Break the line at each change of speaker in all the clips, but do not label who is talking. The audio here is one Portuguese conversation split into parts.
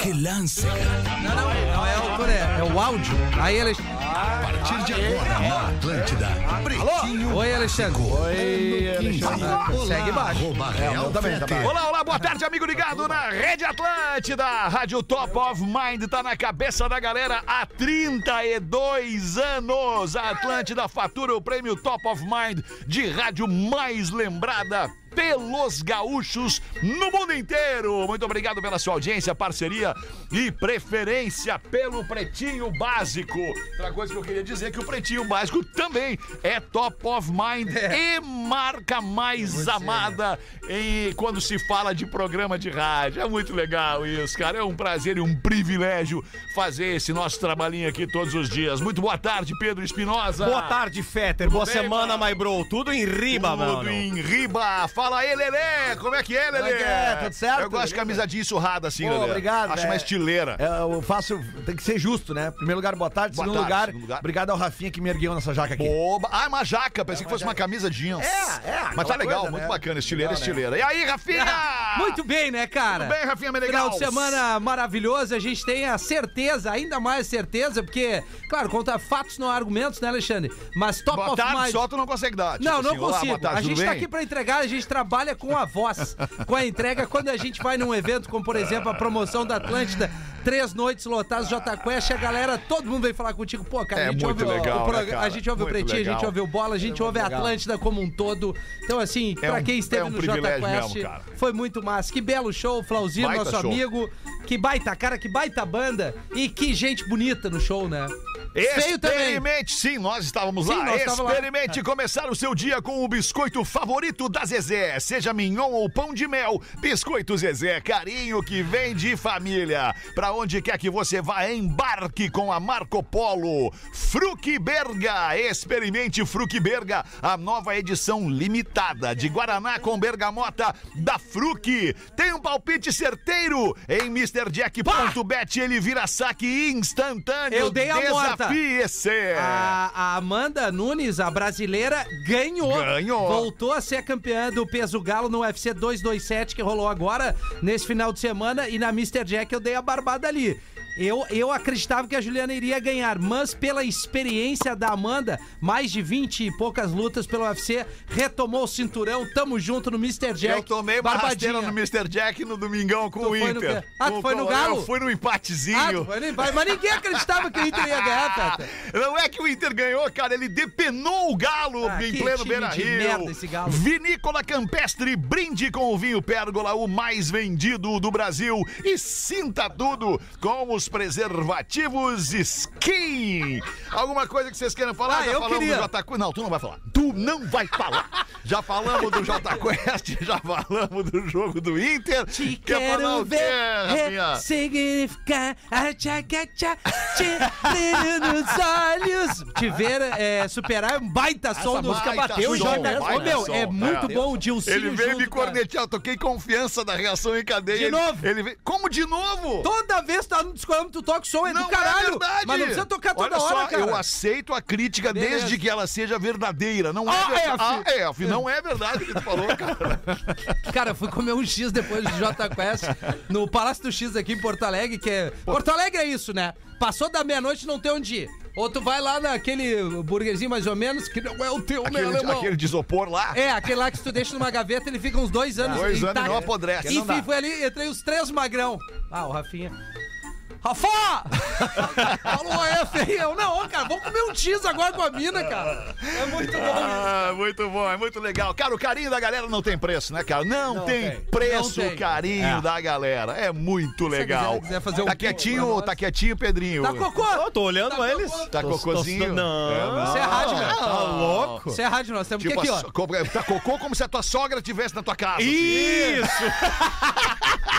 Que lance!
Não, não, não é a altura, é, é o áudio. Aí eles.
A partir de agora, na Atlântida. Pretinho.
Oi, Alexandre. Ah,
Oi, Alexandre.
Segue embaixo.
Arroba
o
Real
meu também, tá
Fete.
Olá, olá, boa tarde, amigo ligado na Rede Atlântida. Rádio Top of Mind tá na cabeça da galera há 32 anos. A Atlântida fatura o prêmio Top of Mind de rádio mais lembrada pelos gaúchos no mundo inteiro. Muito obrigado pela sua audiência, parceria e preferência pelo Pretinho Básico. Outra coisa que eu queria dizer é que o Pretinho Básico também é top of mind
É.
e marca mais amada em- quando se fala de programa de rádio. É muito legal isso, cara. É um prazer e um privilégio fazer esse nosso trabalhinho aqui todos os dias. Muito boa tarde, Pedro Espinosa.
Boa tarde, Fetter. Boa
bem,
semana,
mano?
my bro. Tudo em riba,
Tudo
mano.
em riba. Fala aí, Lelê. Como é que é, Lelê?
Como é que é? Tudo certo,
Eu gosto de
Lelê?
camisadinha surrada assim,
Pô,
Lelê.
obrigado,
Acho
é.
uma estileira.
É, Eu faço. Tem que ser justo, né? Primeiro lugar, boa tarde.
Boa
segundo,
tarde,
lugar,
segundo lugar.
obrigado ao Rafinha que me ergueu nessa jaca aqui.
Boba. Ah, é uma jaca. Pensei que fosse uma camisa jeans.
É, é,
Mas tá
aquela
legal,
coisa,
muito
né?
bacana. Estileira, estileira. E aí, Rafinha?
Muito bem, né, cara?
bem, Rafinha Menegal.
Final de semana maravilhoso, a gente tem a certeza, ainda mais certeza, porque, claro, conta fatos não há argumentos, né, Alexandre? Mas top
Boa
of
tarde,
mind.
só tu não consegue dar. Tipo
Não, não
assim, olá,
consigo.
boa tarde,
a gente
tudo
tá
bem?
aqui pra entregar, a gente trabalha com a voz, com a entrega. Quando a gente vai num evento, como por exemplo a promoção da Atlântida, três noites lotadas, Jota Quest, a galera, todo mundo vem falar contigo. Pô, cara,
É
a gente
muito
ouve o-
legal,
o, prog-
né, cara?
a gente ouve
Muito
o Pretinho, a gente
legal.
ouve o Bola, a gente ouve a Atlântida como um todo. Então, assim, pra
um-
quem esteve
é um
no Jota
privilégio
Quest,
mesmo, cara.
foi muito massa. Que belo show, o Flauzino,
Baita
nosso
show.
amigo. Que baita cara, que baita banda. E que gente bonita no show, né? Feio também.
Experimente, sim, nós estávamos
Sim,
lá.
nós estávamos lá. É.
Experimente começar o seu dia com o biscoito favorito da Zezé, seja mignon ou pão de mel. Biscoito Zezé, carinho que vem de família. Para onde quer que você vá, embarque com a Marco Polo. Fruquiberga, experimente Fruquiberga, a nova edição limitada de Guaraná com bergamota da Fruc. Tem um palpite certeiro em MrJack.bet, ele vira saque instantâneo.
Eu dei a morta. Ah,
Desafie-se.
A, a Amanda Nunes, a brasileira, ganhou.
Ganhou.
Voltou a ser campeã do peso galo no UFC 227 que rolou agora nesse final de semana e na Mr. Jack eu dei a barbada ali. Eu, eu acreditava que a Juliana iria ganhar, mas pela experiência da Amanda, mais de 20 e poucas lutas pelo UFC, retomou o cinturão. Tamo junto no Mr. Jack.
Eu tomei uma
barbadinha.
rasteira no Mr. Jack no domingão com
Tu
o
foi no
Inter.
quê? Ah, tu
Com o
foi no
Colorado.
Galo?
Eu fui no
Ah,
empatezinho.
tu foi ali, mas ninguém acreditava que o Inter ia ganhar, Tata.
Não é que o Inter ganhou, cara. Ele depenou o Galo
Ah,
em
que
pleno
time
Beira
de
Rio.
merda esse Galo.
Vinícola Campestre, brinde com o vinho Pérgola, o mais vendido do Brasil. E sinta tudo com os preservativos Skin. Alguma coisa que vocês queiram falar?
Ah, eu
falamos
queria.
do Jota Quest. Não, tu não vai falar. Tu não vai falar. Já falamos do Jota Quest, já falamos do jogo do Inter.
Te
Quer falar
quero
o quê, Rafinha?
ver significar a tchaca tchá, te brilho nos olhos. Te ver é, superar é um baita som dos
baita
cabateu e
som,
joga.
baita
Ô, meu, é
som,
muito
é.
bom o Dilcinho
Ele veio me
junto, cara.
cornetear, eu toquei confiança da reação em cadeia.
De
Ele-
novo?
Ele veio... Como de novo?
Toda vez que tá no descolando, tu toca o som, é do
é
caralho.
verdade.
mas não precisa tocar toda
Olha
hora,
só,
cara.
Eu aceito a crítica
Beleza.
desde que ela seja verdadeira. Não é
Ah,
verdade.
F. é
Ah, F. Não é verdade o que tu falou, cara.
Cara, eu fui comer um X depois do Jota Quest no Palácio do X aqui em Porto Alegre, que é. Porto Alegre é isso, né? Passou da meia-noite não tem onde ir. Ou tu vai lá naquele burguerzinho mais ou menos, que não é o teu, né,
Aquele,
alemão?
aquele desopor lá.
É, aquele lá que se tu deixa numa gaveta, ele fica uns dois anos.
Dois anos
intacto.
e não apodrece.
Enfim,
Não dá.
fui ali, entrei os três magrão. Ah, o Rafinha. Rafa! Falou F aí. Eu, não, ô, cara, vamos comer um cheese agora com a mina, cara. É muito bom.
Ah, muito bom, é muito legal. Cara, o carinho da galera não tem preço, né, cara? Não, tem,
tem.
preço
Não
o
tem.
carinho da galera. É muito legal.
quiser- quiser fazer um
tá
pix pra
quietinho,
nós.
tá quietinho, Pedrinho.
Tá cocô?
Eu tô olhando
Tá
eles.
cocô.
Tá
Tô-
cocôzinho?
tô- Não.
É, não.
Isso é rádio, velho.
Tá louco?
Isso é rádio, nós temos que
Tipo,
aqui,
a
ó.
so- co- tá cocô como se a tua sogra tivesse na tua casa.
Isso!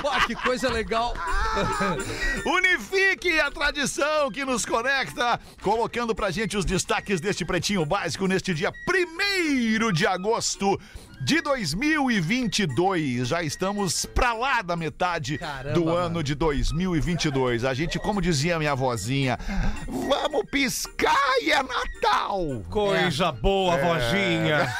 Pô, que coisa legal.
Unifique a tradição que nos conecta, colocando pra gente os destaques deste pretinho básico neste dia 1 de agosto. De 2022, já estamos pra lá da metade
Caramba,
do
mano.
ano de 2022. A gente, como dizia minha vozinha, vamos piscar e é Natal.
É.
Coisa boa, vozinha.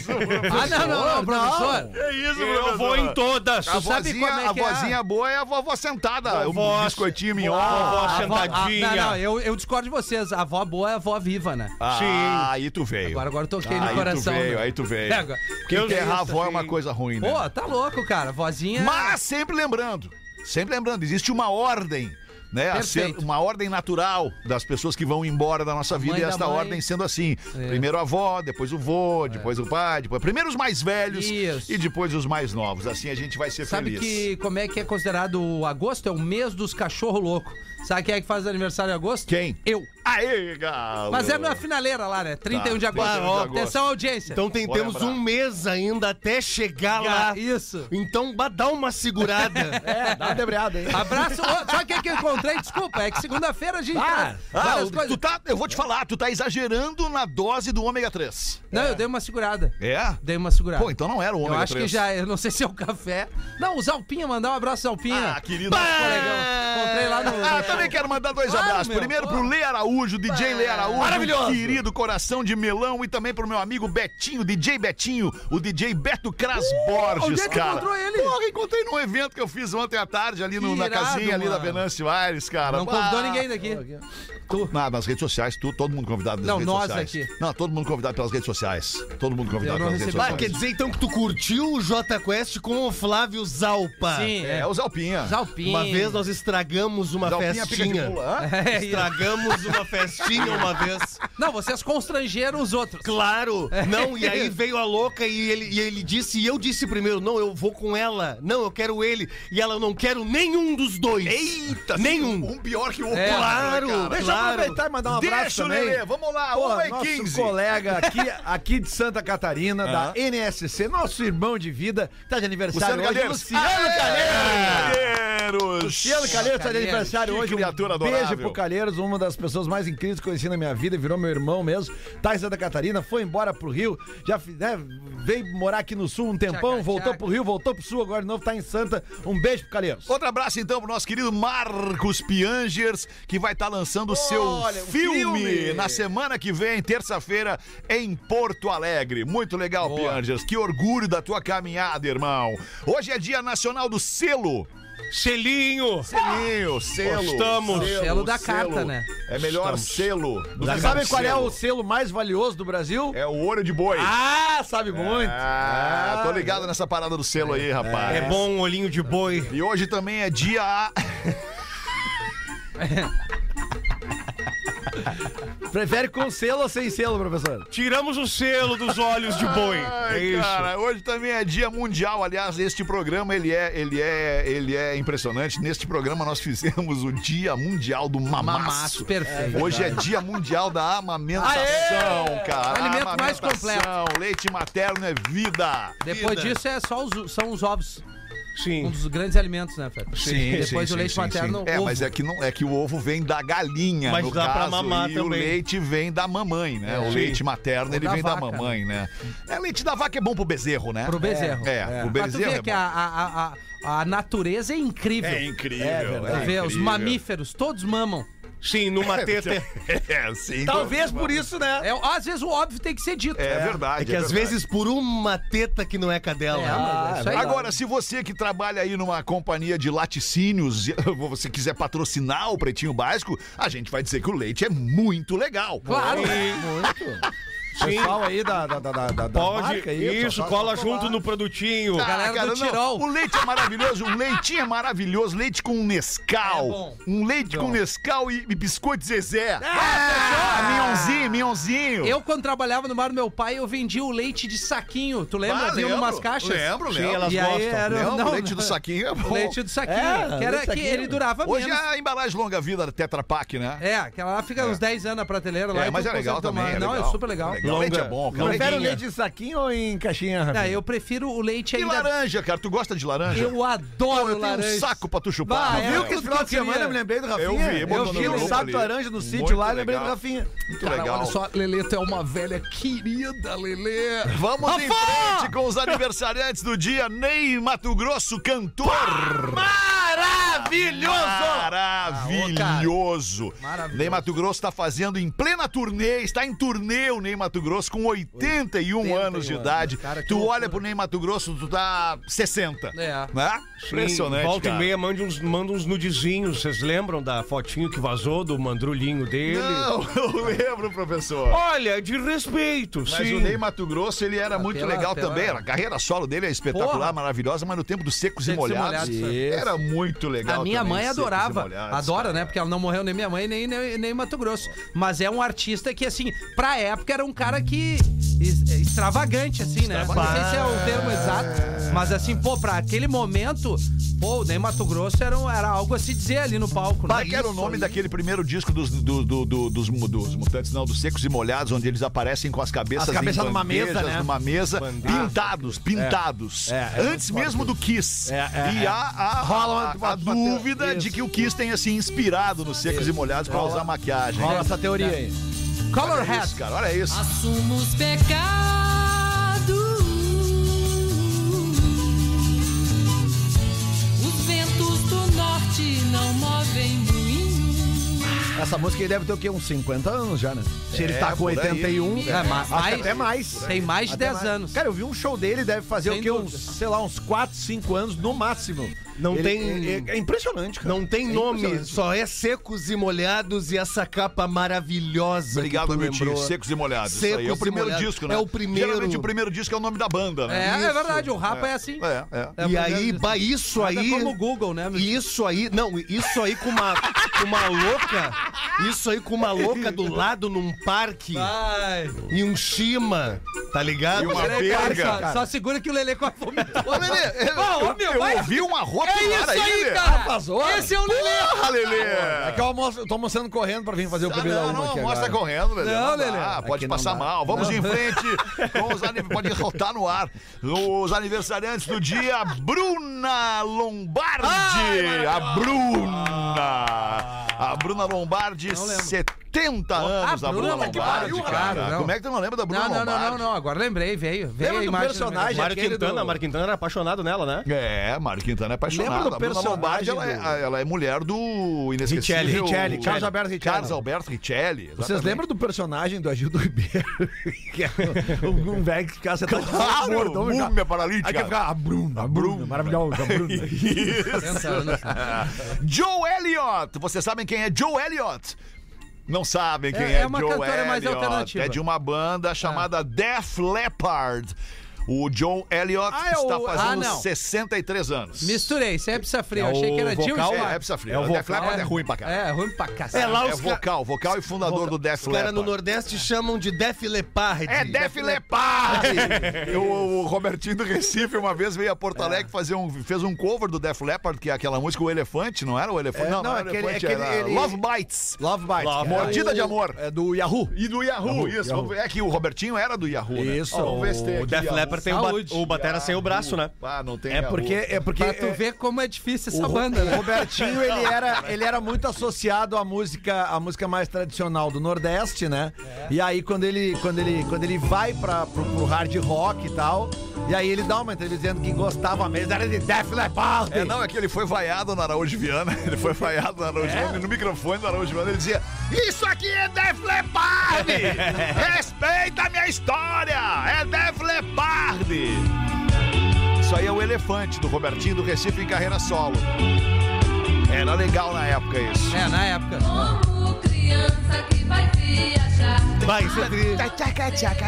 isso, professor?
Ah, não, não, não, professor.
Que isso,
Eu vou em todas.
A
Tu sabe
vozinha,
como é
a
que é?
vozinha boa é a vovó sentada.
Vovó-
o biscoitinho mignon.
Vovó
A avó- a-
sentadinha.
não, não, eu, eu discordo de vocês. A avó boa é a avó viva, né?
Ah,
Sim.
aí tu veio.
Agora, agora eu toquei
aí
no coração.
tu veio,
né?
aí tu veio.
É, agora-
Porque
Eu
enterrar a
sei,
avó é uma
sim.
coisa ruim, né?
Pô, tá louco, cara. Vozinha.
Mas sempre lembrando, sempre lembrando, existe uma ordem. Né, a ser-
Perfeito.
uma ordem natural das pessoas que vão embora da nossa vida
mãe
e
da
esta
mãe.
ordem sendo assim:
É.
primeiro a avó, depois o vô, depois o pai, depois primeiro os mais velhos
Isso.
e depois os mais novos. Assim a gente vai ser
Sabe
feliz.
que como é que é considerado o agosto? É o mês dos cachorro louco. Sabe quem é que faz aniversário em agosto?
Quem? Tá,
Eu.
Aê, galo!
Mas é na finaleira lá, né? 31 de
31 de
agosto.
agosto.
Atenção, audiência.
Então tem,
Bora,
temos
Brá.
um mês ainda até chegar lá.
Isso.
Então ba- dá uma segurada.
É, dá uma debreada, hein?
Abraço. Ô, Sabe quem é que eu encontrei? Desculpa, é que segunda-feira a gente
Ah,
traz
ah,
várias
tu
coisas.
tá, eu vou te falar, tu tá exagerando na dose do ômega 3.
Não, eu dei uma segurada.
É?
Dei uma segurada.
Pô, então não era o
Eu
ômega 3.
acho que já, eu não sei se é o café. Não, os Alpinha, mandar um abraço aos Alpinha.
Ah, querido.
Colegão. Encontrei lá no.
Ah, também quero mandar dois
Claro,
abraços.
meu.
Primeiro
Pô.
pro Lê Araújo, DJ Lê Araújo,
Maravilhoso.
querido coração de melão, e também pro meu amigo Betinho, DJ Betinho, o DJ Beto Cras Borges,
onde é que
cara.
encontrou ele?
Porra, encontrei num evento que eu fiz ontem à tarde ali no-
Que
na
irado,
casinha ali da
mano.
Venâncio Aires, cara.
Não convidou
Ah,
ninguém né? daqui.
na- nas redes sociais, tu, todo mundo convidado nas
Não,
redes
nós
sociais.
aqui.
Não, todo mundo convidado pelas redes sociais. Todo mundo convidado
Eu não
pelas redes
recebi.
Ah,
sociais.
quer dizer então que tu curtiu o Jota Quest com o Flávio Zalpa?
Sim,
É,
é.
os Alpinha.
Os Alpinha.
Uma vez nós estragamos uma
Alpinha pica de
festinha.
pula. hã?
É, isso.
Estragamos uma festinha uma vez.
Não, vocês constrangeram os outros.
Claro!
É.
Não, e aí veio a louca e ele, e ele disse, e eu disse primeiro, não, eu vou com ela, não, eu quero ele. E ela, eu não quero nenhum dos dois.
Eita,
Nenhum.
Um pior que o outro.
É,
claro,
né, cara?
deixa
Deixa eu
Claro.
aproveitar e mandar um abraço
Deixa o
também.
Lelê, vamos lá,
Pô,
1 e
nosso
15.
colega aqui, aqui de Santa Catarina, da NSC, nosso irmão de vida, tá de aniversário
Luciano
hoje,
Calheiros.
Luciano
Aê,
Calheiros!
Calheiros.
Luciano Calheiros tá de
Calheiros,
aniversário
que
hoje.
criatura
um beijo
adorável.
pro Calheiros, uma das pessoas mais incríveis que eu conheci na minha vida, virou meu irmão mesmo. Tá em Santa Catarina, foi embora pro Rio, já fi- né, veio morar aqui no Sul um tempão,
Tchaca,
voltou
tchaca.
pro Rio, voltou pro Sul, agora de novo tá em Santa. Um beijo pro Calheiros.
Outro abraço então pro nosso querido Marcos Piangers, que vai estar lançando o seu
Olha, um
filme,
filme.
na semana que vem, terça-feira, em Porto Alegre. Muito legal, Piangers. Que orgulho da tua caminhada, irmão. Hoje é Dia Nacional do Selo.
Selinho.
Selinho, selo.
Gostamos.
Selo da carta, né?
É melhor selo. do que
Sabe qual é
selo.
o selo mais valioso do Brasil?
É o ouro de boi.
Ah, sabe muito.
Ah, tô ligado nessa parada do selo aí, rapaz.
É bom um olhinho de boi.
E hoje também é dia. A-
Prefere com selo ou sem selo, professor?
Tiramos o selo dos olhos de boi. é
Ai,
isso.
cara, hoje também é dia mundial. Aliás, este programa ele é, ele é, ele é impressionante. Neste programa nós fizemos o Dia Mundial do Mamaço.
Mamaço, perfeito.
Hoje é Dia Mundial da Amamentação, cara.
O alimento mais completo.
Amamentação, Leite materno é vida.
Depois disso é só os, são os ovos. Um
Sim.
dos grandes alimentos, né, Fred? Depois
sim,
o leite
sim,
materno.
sim. É,
ovo.
mas é que, não, é que o ovo vem da galinha,
Mas
no
dá pra
caso,
mamar
e o
também.
leite vem da mamãe, né? o leite materno,
Ou
ele
da
vem da
vaca,
mamãe, né? É, leite da vaca é bom pro bezerro, né?
Pro bezerro.
É, pro
Mas tu
bezerro
vê
é
que
bom.
a, a, a, a- a natureza é incrível.
É incrível.
É verdade.
é
Vê, os
incrível.
mamíferos, todos mamam.
Sim, numa teta.
É, sim.
Talvez por isso, né?
É, às vezes o óbvio tem que ser dito.
É, verdade.
É que
é
às
verdade.
vezes por uma teta que não é cadela.
É, mas é isso aí.
Agora, se você que trabalha aí numa companhia de laticínios, e você quiser patrocinar o Pretinho Básico, a gente vai dizer que o leite é muito legal.
Claro.
Pessoal aí da, da, da, da, da da
Pode.
marca aí,
isso,
pessoal,
cola
tá
junto
lá.
no produtinho.
Ah,
galera do
não.
Tirol.
O leite é maravilhoso, um leitinho é maravilhoso, leite com Nescau.
É bom. É,
um leite com Nescau e, e biscoito Zezé. Ah, minhãozinho, minhãozinho.
Eu, quando trabalhava no bar do meu pai, eu vendia o leite de saquinho. Tu lembra?
Ah,
Vinha
lembro,
umas caixas.
Lembro, lembro.
Sim, elas
E aí
gostam.
era
Lembro,
não, né?
leite do saquinho é bom.
leite do saquinho.
É,
que era
leite
que
saquinho.
ele durava
Hoje
menos.
é a embalagem longa vida da Tetra Pak, né?
É, aquela lá fica uns 10 anos na prateleira lá.
É,
e
mas
tu
é legal
consegue tomar.
também. É
Não,
legal.
é super legal.
legal. Leite é bom, cara.
Prefere o
Leite-
leite em saquinho ou em caixinha?
Não,
Rafinha?
É, eu prefiro o leite
E
ainda.
laranja, cara. Tu gosta de laranja?
Eu
Pô,
adoro
eu tenho
laranja.
um saco pra tu chupar.
Bah, é,
Tu viu
Viu que
eu
no final de
queria.
semana eu me lembrei do Rafinha?
Eu vi, botou
eu
no
um
vi
grupo
no saco
ali.
de laranja no sítio
Muito
lá e lembrei do
legal.
Rafinha.
Muito
Cara,
legal.
olha só, Lelê, tu é uma velha querida, Lelê.
Vamos em frente com os aniversariantes do dia. Ney Mato Grosso, cantor.
Maravilhoso!
Maravilhoso! maravilhoso.
Maravilhoso.
Ney Mato Grosso está fazendo em plena turnê, está em turnê o Ney Mato Grosso com 81, anos de
um anos,
idade.
cara, que
tu
loucura.
olha pro Ney Mato Grosso, tu tá 60.
É.
Né? Impressionante.
Volta
cara.
e meia, manda uns, manda uns nudezinhos. Vocês lembram da fotinho que vazou do mandrulhinho dele?
Não, eu lembro, professor.
Oh,
Olha, de respeito,
Mas
sim.
o Ney Mato Grosso, ele era muito
pela-
legal
pela-
também. A carreira solo dele é espetacular,
Porra.
maravilhosa, mas no tempo dos secos e
Secos e
molhados,
Molhados, isso.
era muito legal.
A minha
também,
mãe
Secos e
adorava.
Molhados,
Adora,
cara.
né? Porque ela não morreu nem minha mãe, nem, nem, nem Mato Grosso. Mas é um artista que, assim, pra época era um cara que. es- é Extravagante, assim, né? Não sei se é o termo exato. Mas assim, pô, pra aquele momento, pô, o Ney Mato Grosso era, um- era algo a se dizer ali no palco,
Como
né?
é que era o nome daquele primeiro disco dos, do- do- do- dos, mu- dos mutantes, não, dos secos e molhados, onde eles aparecem com as cabeças,
As cabeças
em
numa
bandejas,
mesa, né?
numa mesa, pintados, pintados.
É, é,
Antes mesmo do Kiss.
É, é,
e
é.
há a,
Rola uma-
a-
uma-
a dúvida de que o Kiss tenha se inspirado nos secos e molhados pra usar maquiagem.
Rola essa teoria aí.
Color
Olha
Hat.
isso, cara, olha isso.
Assumo os pecados. Os ventos do norte não movem moinhos.
Essa música aí deve ter o quê? Uns 50 anos já, né? Se ele
É,
tá com
por aí.
81,
É, mas-
acho que
mais-
até mais.
Tem mais de
Até
10
mais.
anos.
Cara, eu vi um show dele, deve fazer
Sem
o quê?
dúvida.
Uns, sei lá, uns 4, 5 anos no máximo.
Não
Ele-
tem-
ele- É, impressionante, cara.
Não tem
É
nome,
impressionante.
só é secos e molhados e essa capa maravilhosa.
Obrigado,
que tu
meu tio.
lembrou.
Secos e molhados. Isso
Secos
aí. É o
e
primeiro
molhados.
disco, né?
É o primeiro.
Geralmente o primeiro disco é o nome da banda,
É,
né?
é verdade, o Rapa é, assim.
É, é.
É o
E
primeiro
aí,
disco.
bah, isso
Nada
aí.
como o Google, né, meu?
Isso aí, não, isso aí com uma, com uma louca. Isso aí com uma louca do lado num parque
Ai.
e um Shima, tá ligado?
E uma
Cara,
verga.
só, só segura que o Lele com a fome.
Ô, Lelê, eu,
Ô,
eu,
meu,
eu
vai-
ouvi um arroto
É
no
isso
ar
aí,
Lelê.
cara.
Vazou?
Esse é o Lelê.
Porra, Ah, Lelê.
É que eu, almoço, eu tô almoçando correndo pra vir fazer o
Ah, não,
programa. da Uma
não
aqui
mostra
agora.
correndo, Lelê.
Não,
dá,
Lelê.
Pode
Aqui não
passar
dá.
mal. Vamos em frente. com os ani- pode rotar no ar. Os aniversariantes do dia, Bruna Lombardi. a Bruna. A Bruna Lombardi,
Não lembro.
70 anos. a
Bruna
Bruna
Lombardi,
Lombardi,
claro,
cara.
não.
Como é que tu não lembra da Bruna
Não, não,
Lombardi?
não, não, não. Agora lembrei, veio. veio
Lembra
a
do
imagem
personagem?
meu-
Mário
Mário
aquele
Quintana,
do-
Mário Quintana era apaixonado nela, né?
É, Mário Quintana é apaixonada.
Lembra do
A Bruna
personagem
Lombardi, ela,
do-
é, ela é mulher do inesquecível...
Richelli, Richelli, Carlos Alberto Richelli.
Carlos Alberto Richelli,
Vocês
exatamente.
lembram do personagem do Agildo Ribeiro? que é um, um velho que ficava sentado
Claro, um
mordomo, ficava-
múmia paralítica.
Aí que ficava a Bruna, a Bruna,
Bruna.
maravilhosa, a Bruna.
Tenta, Ana.
Joe Elliott. Vocês sabem quem é Joe Elliott? Não sabem quem
É-
é,
é uma
Joe
cantora
Elliott.
mais alternativa.
É de uma banda chamada Def Leppard. O Joe Elliott
Ah, é o-
está
ah,
fazendo
não.
63 anos.
Misturei, sempre safrio.
É
Achei que era
o
Jill
vocal,
É,
Smart.
é precisa fria.
É o
O Def
vocal,
Leppard é ruim pra cá. É,
É, ruim pra cacete.
É lá os ca-
vocal, vocal e fundador do Def
Os caras
Leppard.
no Nordeste chamam de Def Leppard.
É Def Leppard! o, o Robertinho do Recife uma vez veio a
É.
Porto Alegre fazer um, fez um cover do Def Leppard, que é aquela música O Elefante, não era o Elefante?
É,
não, não,
não,
era
é aquele-
o Elefante,
é aquele-
era
ele-
Love Bites.
Love Bite.
Love
que é
Mordida
o-
de amor.
É do Yahoo.
E do Yahoo, isso. Vamos ver. É que o Robertinho era do Yahoo, né?
Isso.
Ó, vamos ver se tem
O
aqui,
Def
Yahoo.
Leppard tem o,
Saúde.
ba o Batera sem o braço, né?
Ah, não tem
É
Yahoo.
porque, é porque
Pra tu
é,
ver como é difícil
o
essa
Ro-
banda,
o
né?
Robertinho ele era, ele era muito associado à música, à música mais tradicional do Nordeste, né? E aí quando ele, quando ele, quando ele vai para pro, pro hard rock e tal, e aí ele dá uma entrevista dizendo que gostava mesmo era de Def Leppard.
É, não, é que ele foi vaiado na Araújo Viana. Ele foi vaiado na
É?
Araújo Viana. E no microfone da Araújo Viana ele dizia: Isso aqui é Def Leppard! Respeita a minha história! É Def Leppard! Isso aí é o elefante do Robertinho do Recife em carreira solo. Era legal na época isso.
É, na época.
Como criança que vai viajar.
Vai, isso é tri-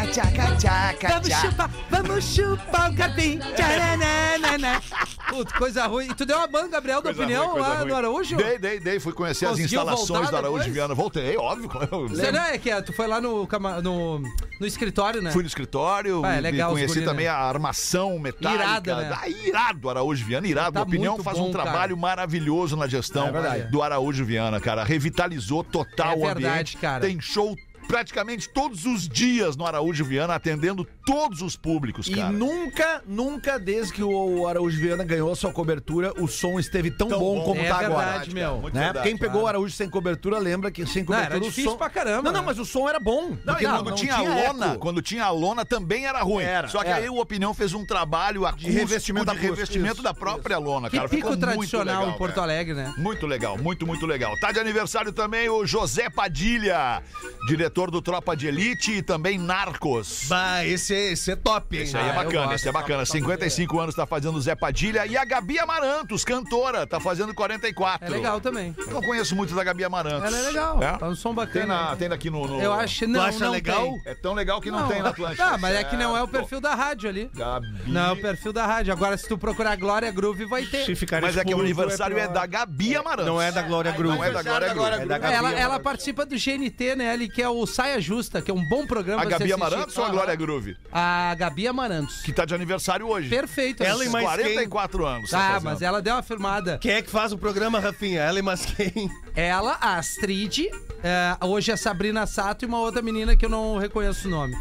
Vamos chupar, vamos chupar o capim. Tcharanana. Puta, coisa ruim. E tu deu uma banda, Gabriel, da
Coisa
opinião
ruim, coisa
lá
ruim.
no Araújo?
Dei, dei, dei. Fui conhecer as
Conseguiu
instalações
voltar
da Araújo
depois?
Viana. Voltei, óbvio. claro.
Será é que é? Tu foi lá no, cama- no, no escritório, né?
Fui no escritório,
Ah, é
e
legal os
conheci
guri,
também
né?
a armação metálica.
Irada, né?
Ah, irado, Araújo Viana, irado.
Tá
a opinião
muito
faz
bom,
um
cara.
trabalho maravilhoso na gestão
É verdade.
do Araújo Viana, cara. Revitalizou total
É
o
verdade,
ambiente.
cara.
Tem show praticamente todos os dias no Araújo Viana, atendendo todos os públicos,
E
cara.
nunca, nunca, desde que o Araújo Viana ganhou a sua cobertura, o som esteve tão, bom, como
É
tá agora.
verdade, meu.
Né? Quem pegou o Araújo sem cobertura lembra que sem
Não,
cobertura
era
o
difícil
som...
pra caramba.
Não, não,
né?
mas o som era bom.
Não, e
porque
quando tinha, a lona,
eco.
quando tinha a lona também era ruim.
Era,
Só que
era.
aí o Opinião fez um trabalho acústico de
revestimento
revestimento,
acústico, isso,
da própria lona,
Que
cara.
pico
Ficou muito
tradicional
legal,
em Porto
velho.
Alegre, né?
Muito legal, muito, muito legal. Tá de aniversário também o José Padilha, diretor do Tropa de Elite e também Narcos.
Bah, esse é, esse é top, hein?
Esse aí é
Ah, eu
bacana,
gosto.
esse é bacana. 55 anos tá fazendo o Zé Padilha e a Gabi Amarantos, cantora, tá fazendo 44.
É legal também.
Eu não conheço muito da Gabi Amarantos.
Ela é legal.
É?
Tá um som
Tem, na,
bacana.
tem aqui no, no-
Eu acho não,
acha
não
legal?
tem.
É tão legal que não, tem na Atlântica.
Ah, mas é que não é o perfil da rádio ali.
Gabi.
Não, é o perfil da rádio. Agora, se tu procurar Glória Groove, vai ter.
ficar
Mas é que o
escuro,
aniversário é
pior.
da Gabi Amarantos.
Não é da Glória Groove.
Não é da Glória Groove.
É da Gabi
Ela, ela
Amarantos.
participa do GNT, né, ali, que é o Saia Justa, que é um bom programa.
A
pra você
Gabi
assistir. Ah,
Amarantos ou a Glória Groove?
A Gabi Amarantos.
Que tá de aniversário hoje.
Perfeito.
Ela e mais-
44 anos. tá
Ah,
fazendo.
mas ela deu uma afirmada.
Quem é que faz o programa, Rafinha? Ela e mais quem?
Ela, a Astrid, é, hoje a Sabrina Sato e uma outra menina que eu não reconheço o nome.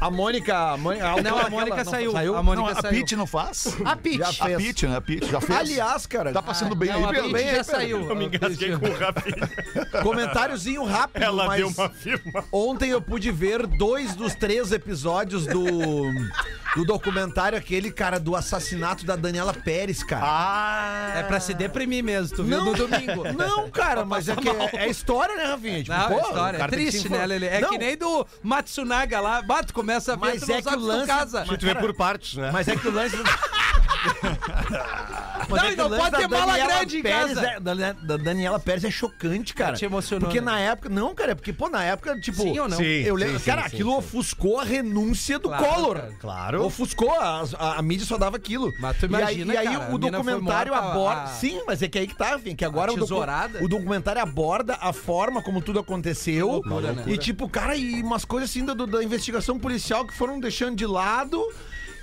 A Mônica... A Mônica a
Não,
autora
a Mônica
daquela- não,
saiu.
saiu.
A
Não,
Mônica
a
saiu.
Pete não faz?
A Pete.
Já
A
fez.
Pete, né? A Pete já fez.
Aliás, cara,
Tá passando bem aí,
não, a
Pedro?
Pete
bem,
já
Pedro.
saiu.
Eu me engasguei com o Rafinha.
comentáriozinho rápido,
Ela
mas...
deu uma firma.
Ontem eu pude ver dois dos três episódios do, do documentário aquele, cara, do assassinato da Daniela Pérez, cara.
Ah!
É pra se deprimir mesmo, tu viu? No domingo.
Não, cara, mas é que
Tá
é, é história, né, Rafinha? Tipo,
Não,
pô,
é história.
o
É
cara tem que se
triste, né,
informar.
Lelê? É
Não,
que nem do Matsunaga lá. Bato, começa a ver,
Mas
tu não
é que
sabe
o
tu
lance-
casa.
Tu vê por partes, né?
Mas é que o lance... Mas
Não, e Tá,
que
não
o lance
pode
da
ter mala
Daniela
grande em
Pérez
casa.
é- da, da Daniela Pérez é chocante, cara.
Te emocionou,
Porque
né?
na época. Não, cara, é porque, pô, na época, tipo.
Sim ou não?
Sim,
eu lembro,
sim,
cara,
sim,
aquilo
sim,
ofuscou a renúncia do
Claro,
Collor.
cara.
Claro. Ofuscou, a, a- a mídia só dava aquilo.
Mas tu imagina,
e aí, e aí
cara, a
o
mina foi
documentário
morta,
aborda.
a-
Sim, mas é que aí que tá, enfim, que agora o, docu-
tesourada.
o documentário aborda a forma como tudo aconteceu.
loucura, né?
E tipo, cara, e umas coisas assim da, do- da investigação policial que foram deixando de lado.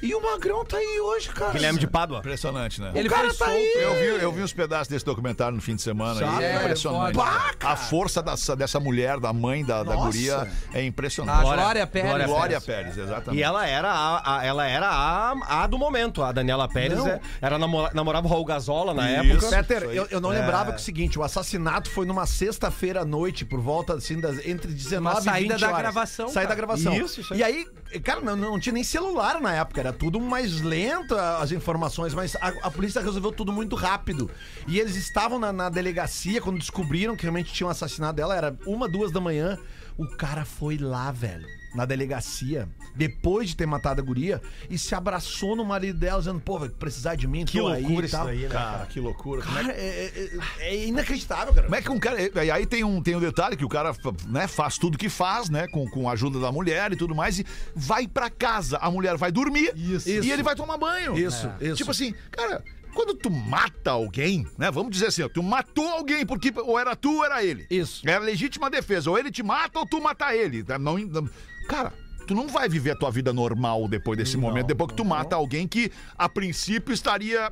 E o Magrão tá aí hoje, cara.
Guilherme de Pádua.
Impressionante, né?
Ele
cara
foi
tá
solto.
aí.
Eu vi, eu vi uns pedaços desse documentário no fim de semana.
Sabe?
aí, é
É,
impressionante.
foda.
Pá, cara. a força dessa, dessa mulher, da mãe da, da
Nossa.
guria, é
A
impressionante.
Glória, Pérez.
Glória,
Glória
Glória Pérez. exatamente.
E ela era a, a- ela era a, a do momento. A Daniela Pérez é- era namora- namorava o Raul Gazola na
Isso.
época.
Peter,
aí.
eu, eu não
É.
lembrava que o seguinte, o assassinato foi numa sexta-feira à noite, por volta assim, das, entre 19
Uma saída
e 20
da
horas.
gravação, cara.
Saída da gravação.
Isso, isso aí.
E aí, cara, não, não tinha nem celular na época, era tudo mais lento a- as informações, mas a, a polícia resolveu tudo muito rápido. E eles estavam na, na delegacia quando descobriram que realmente tinham assassinado ela, era uma, duas da manhã. O cara foi lá, velho. Na delegacia, depois de ter matado a guria, e se abraçou no marido dela, dizendo: Pô, vai precisar de mim,
Que
tô aí
loucura
e
isso
tal.
daí, né?
Cara, que loucura. Como é,
Cara, é, é- é inacreditável, cara.
como é que um cara. e Aí tem um, tem um detalhe que o cara né, faz tudo que faz, né? Com, com a ajuda da mulher e tudo mais, e vai pra casa. A mulher vai dormir
Isso.
e
Isso.
ele vai tomar banho.
Isso, isso.
Tipo assim, cara. Quando tu mata alguém, né? Vamos dizer assim, ó, tu matou alguém porque ou era tu ou era ele.
Isso.
É a legítima defesa. Ou ele te mata ou tu mata ele. tá? Não, não- cara, tu não vai viver a tua vida normal depois desse momento. Depois que tu mata alguém que, a princípio, estaria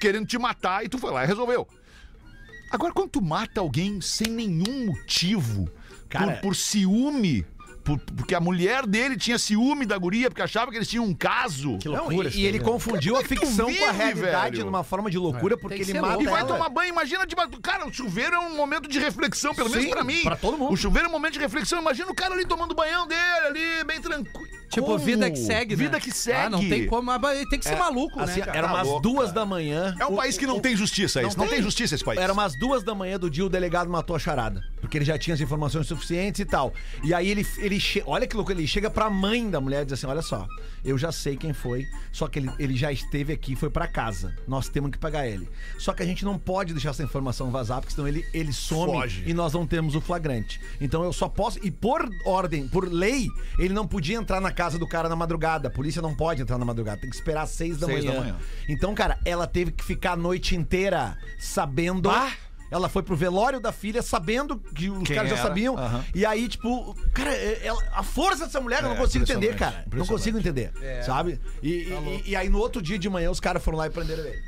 querendo te matar e tu foi lá e resolveu. Agora, quando tu mata alguém sem nenhum motivo,
Cara-
por, por ciúme, por- porque a mulher dele tinha ciúme da guria, porque achava que eles tinham um caso.
Não, e, e
né?
ele confundiu a
Como é que tu
ficção com a
vive,
realidade
velho?
numa forma de loucura,
É. Tem
porque
que
ele
ser
mata
louco.
E vai
ela.
tomar banho, imagina. de ba- Cara, o chuveiro é um momento de reflexão, pelo menos
Sim,
pra mim.
pra todo mundo.
O chuveiro é um momento de reflexão. Imagina o cara ali tomando o banhão dele, ali, bem tranquilo.
Tipo,
Como?
vida que segue, né?
Vida que segue.
Ah, não tem como. ah, mas Tem que ser maluco,
Assim,
né? cara?
era
Tá
umas
louco,
duas da manhã.
É um
o-
país que não
o-
tem justiça, é isso. Não, tem. justiça esse país.
Era umas duas da manhã do dia, o delegado matou a charada. Porque ele já tinha as informações suficientes e tal. E aí ele, ele che- olha que louco, ele chega pra mãe da mulher e diz assim: Olha só, eu já sei quem foi, só que ele, ele já esteve aqui, foi pra casa. Nós temos que pagar ele. Só que a gente não pode deixar essa informação vazar, porque senão ele, ele some
Foge.
e nós não temos o flagrante. Então eu só posso. E por ordem, por lei, ele não podia entrar na casa do cara na madrugada. A polícia não pode entrar na madrugada, tem que esperar às seis da,
Seis da
manhã.
manhã.
Então, cara, ela teve que ficar a noite inteira sabendo. Ela foi pro velório da filha sabendo que os
Ah! Quem
caras já
era,
sabiam.
aham.
E aí, tipo, cara, é- ela- a força dessa mulher eu não
É,
consigo entender,
impressionante,
cara. Não
impressionante.
consigo entender, sabe? E, e- e aí, no outro dia de manhã, os caras foram lá e prenderam ele.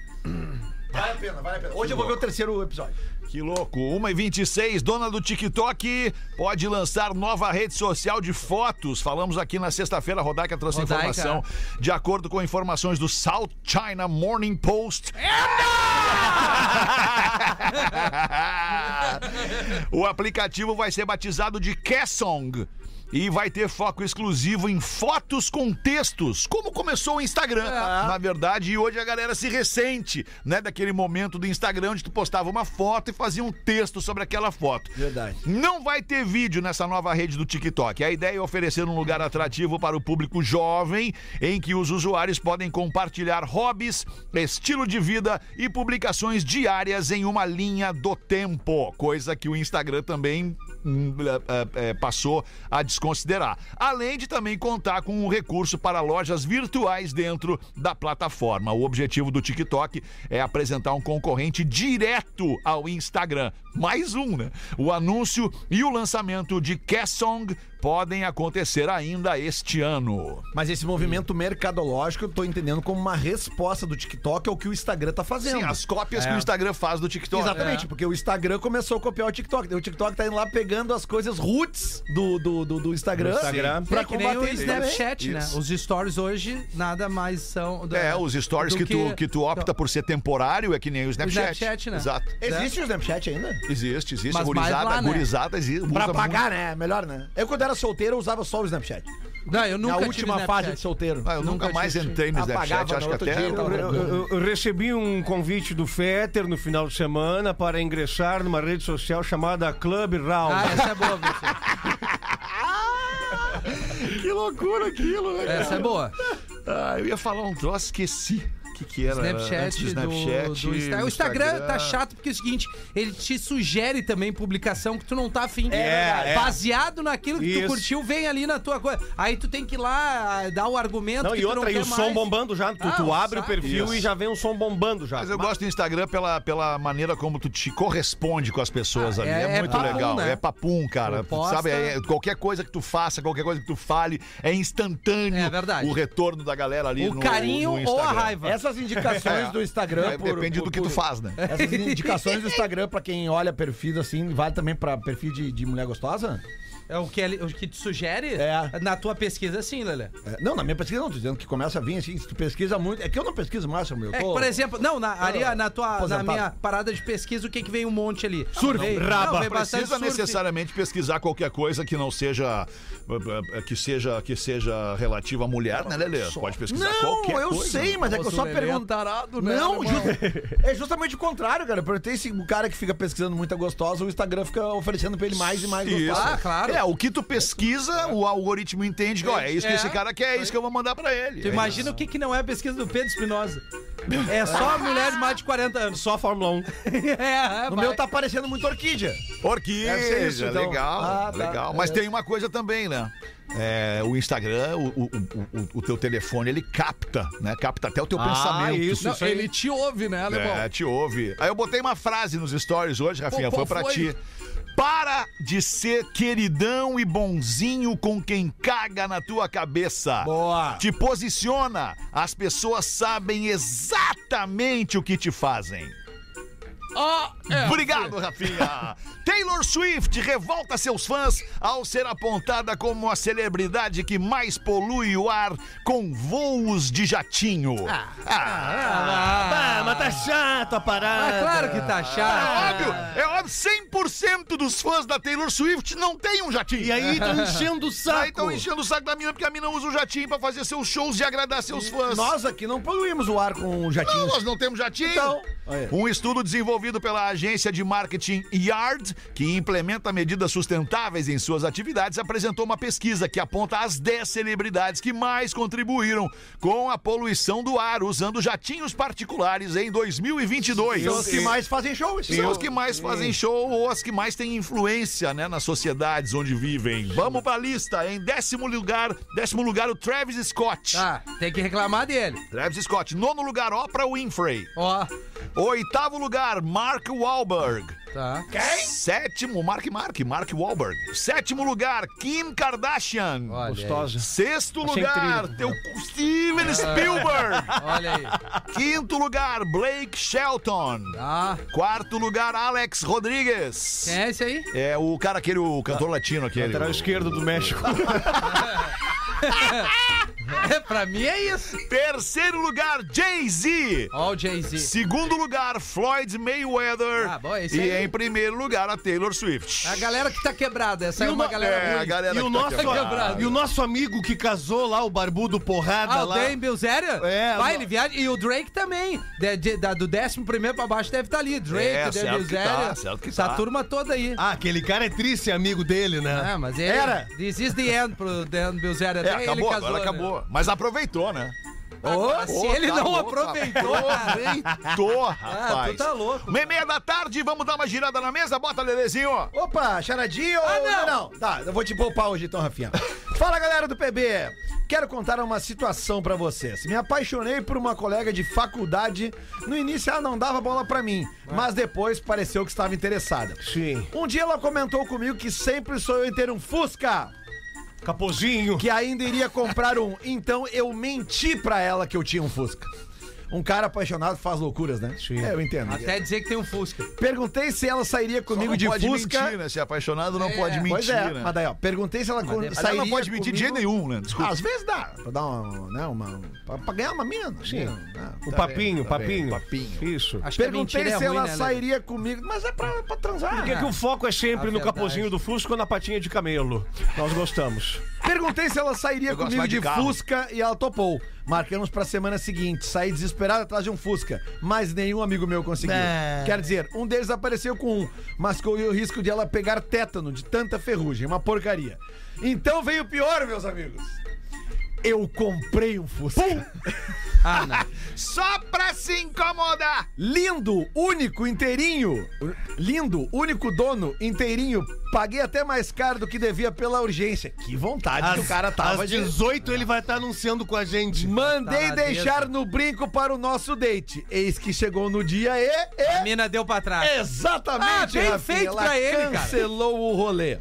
Vale a pena, vale a pena. Hoje eu vou ver o terceiro episódio.
Que louco. 1h26, dona do TikTok pode lançar nova rede social de fotos. Falamos aqui na sexta-feira, a Rodaica trouxe a
Rodaica.
informação. De acordo com informações do South China Morning Post. o aplicativo vai ser batizado de Kessong. E vai ter foco exclusivo em fotos com textos, como começou o Instagram, na verdade. E hoje a galera se ressente, né? Daquele momento do Instagram onde tu postava uma foto e fazia um texto sobre aquela foto.
Verdade.
Não vai ter vídeo nessa nova rede do TikTok. A ideia é oferecer um lugar atrativo para o público jovem, em que os usuários podem compartilhar hobbies, estilo de vida e publicações diárias em uma linha do tempo, coisa que o Instagram também hum, é, é, é, passou a desconsiderar. Além de também contar com um recurso para lojas virtuais dentro da plataforma. O objetivo do TikTok é apresentar um concorrente direto ao Instagram. Mais um, né? O anúncio e o lançamento de Kessong podem acontecer ainda este ano.
Mas esse movimento mercadológico eu tô entendendo como uma resposta do TikTok ao que o Instagram tá fazendo.
Então,
Sim, as
é.
cópias que o Instagram faz do TikTok.
Exatamente, porque o Instagram começou a copiar o TikTok. Daí O TikTok tá indo lá pegando as coisas roots do, do, do, do Instagram,
Instagram.
pra
é que nem
combater
o
isso também.
Snapchat, né? Os stories hoje nada mais são. do-
É, os stories
do Então-
que, tu, que tu opta por ser temporário é que nem o Snapchat.
Snapchat, né?
Exato.
Existe o Snapchat ainda?
Existe, existe.
Mas mais
gurizada,
lá, né?
gurizada existe.
Pra
usa
pagar, né? Melhor, né? Eu, quando era solteiro, eu usava só o Snapchat.
Não, eu nunca
Na
tive
última
Snapchat.
fase de solteiro.
Ah, eu nunca,
Nunca
mais
tive.
entrei no Snapchat,
Apagava
acho
no
que
outro
até.
dia,
Eu, eu- eu recebi um convite do Fetter no final de semana para ingressar numa rede social chamada Club Round.
um.
Ah, essa é boa, Vicente.
então.
Que loucura aquilo, né?
Essa é boa.
Ah, eu ia falar um troço, esqueci. O que, que era? Antes
Snapchat,
do Snapchat.
do, do Insta- O Instagram tá chato porque é o seguinte, ele te sugere também publicação que tu não tá afim.
É, é.
Baseado naquilo que tu
Isso.
curtiu, vem ali na tua coisa. Aí tu tem que ir lá ah, dar o argumento
Não,
que
e
tu
outra,
não
e o
quer
som
mais.
bombando já. Tu,
Ah,
tu
o
abre o
saco.
perfil
Isso.
e já vem um som bombando já.
Mas eu gosto do Instagram pela, pela maneira como tu te corresponde com as pessoas
Ah,
ali.
é-
É,
é
muito
papum,
legal.
né?
É papum, cara.
Proposta.
Sabe, é- é- qualquer coisa que tu faça, qualquer coisa que tu fale, é instantâneo
É verdade.
o retorno da galera ali.
O
no-
carinho
no
ou a
Instagram.
raiva. né?
Essas indicações do Instagram.
É, Depende do que tu faz, né?
Essas indicações do Instagram, pra quem olha perfis assim, vale também pra perfil de, de mulher gostosa?
É o que, ele- o que te sugere?
É.
Na tua pesquisa, sim, Lelê.
É, não, na minha pesquisa não, tô dizendo que começa a vir assim, se tu pesquisa muito. É que eu não pesquiso mais, Samuel.
É,
eu tô-
por exemplo, não, na, ali, na tua na
aposentado.
minha parada de pesquisa, o que que vem um monte ali?
Surf,
Vem-
raba.
vem bastante
precisa
surf.
necessariamente pesquisar qualquer coisa que não seja que seja que seja relativa à mulher, né, Lelê? Pode pesquisar
Não,
qualquer
eu
coisa.
sei, mas é que eu só
Nossa, o Lelê é
pergunto.
tarado, né,
Não,
irmão?
ju- é justamente o contrário, cara. Eu perguntei se o cara que fica pesquisando muita gostosa, o Instagram fica oferecendo pra ele mais e mais
Isso.
gostosa.
Ah, claro.
É, o que tu
É.
pesquisa, o algoritmo entende que ó, é isso que
É.
esse cara quer, é isso que eu vou mandar pra ele.
Tu
É
imagina o que, que não é a pesquisa do Pedro Espinosa. É só mulher de mais de 40 anos.
Só a Fórmula 1.
É,
Ah,
No
vai.
meu tá aparecendo muito orquídea.
isso. Orquídea,
Deve ser isso, então.
legal,
Ah, tá.
legal. Mas tem uma coisa também, né? É, o Instagram, o, o, o- o- o teu telefone, ele capta, né? Capta até o
Ah,
teu pensamento.
isso,
Não,
isso aí.
ele te ouve, né, Alemão?
É, te ouve. Aí eu botei uma frase nos stories hoje, Rafinha,
Pô,
foi
qual
pra
foi?
ti. Para de ser queridão e bonzinho com quem caga na tua cabeça.
Boa.
Te posiciona. As pessoas sabem exatamente o que te fazem.
Ah, é.
Obrigado, Rafinha. Taylor Swift revolta seus fãs ao ser apontada como a celebridade que mais polui o ar com voos de jatinho. ah,
Ah, mas tá chato a
Ah,
parada.
claro que tá chato.
É óbvio, é óbvio, 100% dos fãs da Taylor Swift não tem um jatinho.
É, E aí tão enchendo o saco.
Aí estão enchendo o saco da mina porque a mina usa o jatinho pra fazer seus shows e agradar seus fãs.
Nós aqui não poluímos o ar com o
Não,
jatinho.
nós não temos jatinho.
Então, olha.
um estudo desenvolvido pela agência de marketing Yard, que implementa medidas sustentáveis em suas atividades, apresentou uma pesquisa que aponta as 10 celebridades que mais contribuíram com a poluição do ar usando jatinhos particulares em 2022.
São os que mais fazem show. esses
São
são
assim, os que mais fazem show ou as que mais têm influência, né, nas sociedades onde vivem. Vamos pra lista. Em décimo lugar, décimo lugar o Travis Scott.
Tá, tem que reclamar dele.
Travis Scott. Nono lugar, Oprah Winfrey.
Ó,
Oitavo lugar, Mark Wahlberg.
Tá.
Sétimo, Mark Mark, Mark Wahlberg. Sétimo lugar, Kim Kardashian.
Olha
Gostosa.
Sexto
Achei
lugar,
trilha.
teu
Ah.
Steven Spielberg.
aí. Olha aí.
Quinto lugar, Blake Shelton.
Ah,
Quarto lugar, Alex Rodrigues.
quem é esse aí?
É o cara, aquele, o cantor
Ah,
latino aquele.
Lateral esquerdo do México.
É, pra mim é isso.
Terceiro lugar, Jay-Z.
Ó, o Jay-Z.
Segundo lugar, Floyd Mayweather.
Ah, bom, esse
e
aí.
em primeiro lugar, a Taylor Swift.
A galera que tá quebrada, essa é uma galera
é, a
ruim.
galera
E
que tá
o, nosso,
quebrada.
quebrado.
e o nosso amigo que casou lá, o barbudo porrada
Ah, o
lá.
Dan Bilzerian?
É,
Vai,
não-
ele viaja. E o Drake também. De- de- da- do décimo primeiro pra baixo deve estar tá ali. Drake,
É,
Dan
certo que
Bilzerian.
tá, certo que
essa
tá.
turma toda aí.
Ah, aquele cara é triste amigo dele, né?
Ah, mas ele,
Era.
This is the end pro Dan Bilzerian.
É,
Até ele
acabou,
casou,
agora
né?
acabou. Mas aproveitou, né?
Ô, se
Ô,
ele
tá
não
louco,
aproveitou, cara.
Aproveitou, rapaz.
Ah, tu tá louco,
Uma e meia da tarde, vamos dar uma girada na mesa? Bota, Lelezinho.
Opa, charadinho!
Ah, não!
não. não, Tá, eu vou te poupar hoje então, Rafinha. Fala, galera do PB! Quero contar uma situação pra vocês. Me apaixonei por uma colega de faculdade. No início ela não dava bola pra mim, mas depois pareceu que estava interessada.
Sim.
Um dia ela comentou comigo que sempre sonhou em ter um Fusca,
Capozinho.
que ainda iria comprar um. Então eu menti pra ela que eu tinha um Fusca. Um cara apaixonado faz loucuras, né?
Sim.
É, eu entendo.
Até dizer que tem um Fusca.
Perguntei se ela sairia comigo
não
de
pode
Fusca.
mentir, né? Se é apaixonado não
É,
pode mentir,
Pois é,
né?
mas daí, ó, perguntei se ela con-
depois-
Mas ela
sairia
não pode mentir de jeito
comigo-
nenhum, né? Desculpa.
Ah,
Às vezes dá, pra dar uma, né, uma pra, pra ganhar uma mina. Sim.
Tá
O papinho, papinho.
bem, papinho.
Isso.
Acho
Perguntei
que a mentira é
se
ruim,
ela
né, Ah. Lele?
sairia comigo, mas é pra, pra transar.
Por que, que o foco é sempre
A
no
verdade.
capozinho do Fusca ou na patinha de camelo? Nós gostamos.
Perguntei se ela sairia
Eu gosto
comigo
mais de
de,
carro.
Fusca e ela topou. Marcamos pra semana seguinte. Saí desesperado atrás de um Fusca, mas nenhum amigo meu conseguiu.
Ah.
Quer dizer, um deles apareceu com um, mas correu o risco de ela pegar tétano de tanta ferrugem. Uma porcaria. Então veio o pior, meus amigos. Eu comprei um Fusca.
Ah, não.
Só pra se incomodar.
Lindo, único, inteirinho. Lindo, único dono, inteirinho. Paguei até mais caro do que devia pela urgência. Que vontade que o cara tava
às
de...
18 ele vai estar anunciando com a gente.
Mandei
Tá na
deixar no brinco para o nosso date. Eis que chegou no dia e...
A
e...
mina deu pra trás.
Exatamente,
Ah, bem feito
Ela
pra ele, cara.
cancelou o rolê.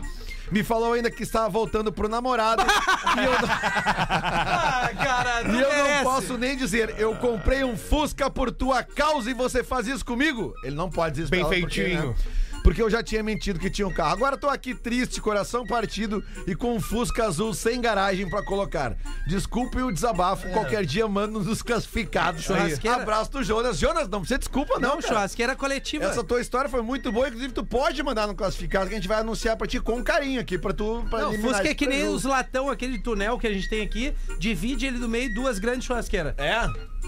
Me falou ainda que estava voltando pro namorado. e eu não...
Ah, cara,
E
não
eu
merece.
não posso nem dizer, eu comprei um Fusca por tua causa e você faz isso comigo? Ele não pode dizer isso
Bem
pra ela, porque,
feitinho.
né? Porque eu já tinha mentido que tinha um carro. Agora tô aqui triste, coração partido e com um Fusca azul sem garagem pra colocar. Desculpe o desabafo, qualquer dia mando nos classificados.
É. Churrasqueira.
Abraço do Jonas. Jonas, não precisa desculpa não,
Não,
cara.
É um churrasqueira coletiva.
Essa tua história foi muito boa, inclusive tu pode mandar no classificado que a gente vai anunciar pra ti com carinho aqui, pra tu... Pra
Não,
eliminar
Fusca é
esse
que nem
prejuízo.
os latão aquele de tunel que a gente tem aqui. Divide ele no meio duas grandes churrasqueiras.
É?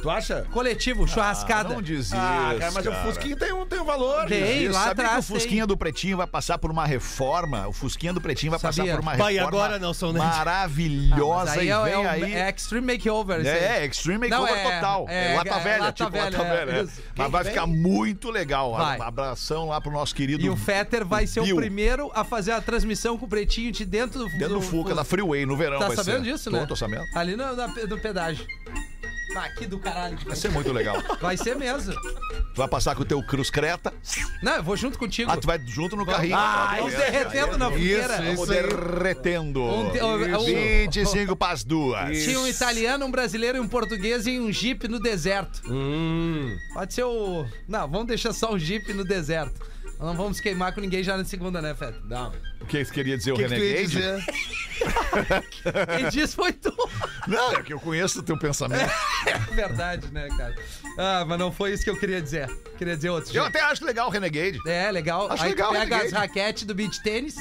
Tu acha?
Coletivo, churrascada.
Ah, Não diz
Ah,
isso,
cara, mas o
cara.
Fusquinho tem um, tem um valor.
Tem.
né?
Ei,
Isso,
lá
sabia
atrás
que o Fusquinha
tem.
é do Pretinho vai passar por uma reforma? O Fusquinha do Pretinho vai
Sabia.
passar por uma
Vai,
reforma
agora, Nelson Ned.
Mas
maravilhosa
aí
e
é,
vem
é um-
aí...
é Extreme Makeover. isso aí.
É, é, Extreme
Não,
Makeover
é-
total. É,
é-
lata
é
velha,
lata
tipo
velha,
lata
é,
velha. é.
isso.
Mas vai ficar muito legal.
Vai.
Um abração lá pro nosso querido...
E o Fetter vai ser
Bill.
o primeiro a fazer a transmissão com o Pretinho de dentro do...
Dentro do Fuca, da Freeway, no verão
Tá
vai
sabendo
ser.
disso,
Tô,
né?
Tô sabendo.
Ali no, na- no pedágio. Ah, que do caralho.
Vai ser muito legal. Tu
Vai ser mesmo.
vai passar com o teu Cruz Creta.
Não, eu vou junto contigo.
Ah, tu vai junto no carrinho.
Ah,
Tá
vamos
beleza.
derretendo na fogueira.
Isso,
Vamos
isso aí.
derretendo.
Um te- o- o-
25 pras duas.
Tinha um italiano, um brasileiro e um português em um jipe no deserto. Pode ser o. Não, vamos deixar só o jipe no deserto. Nós Não vamos queimar com ninguém já na segunda, né, Feta? Não.
O que você queria dizer? O
que que tu ia
Renegade?
dizer?
Quem disse foi tu.
Não, é que eu conheço o teu pensamento.
Verdade, né, cara? Ah, mas não foi isso que eu queria dizer. Queria dizer outro.
Eu
jeito.
até acho legal o Renegade.
É, legal.
Acho
Aí
legal,
tu pega
Renegade.
as raquetes do beach tênis,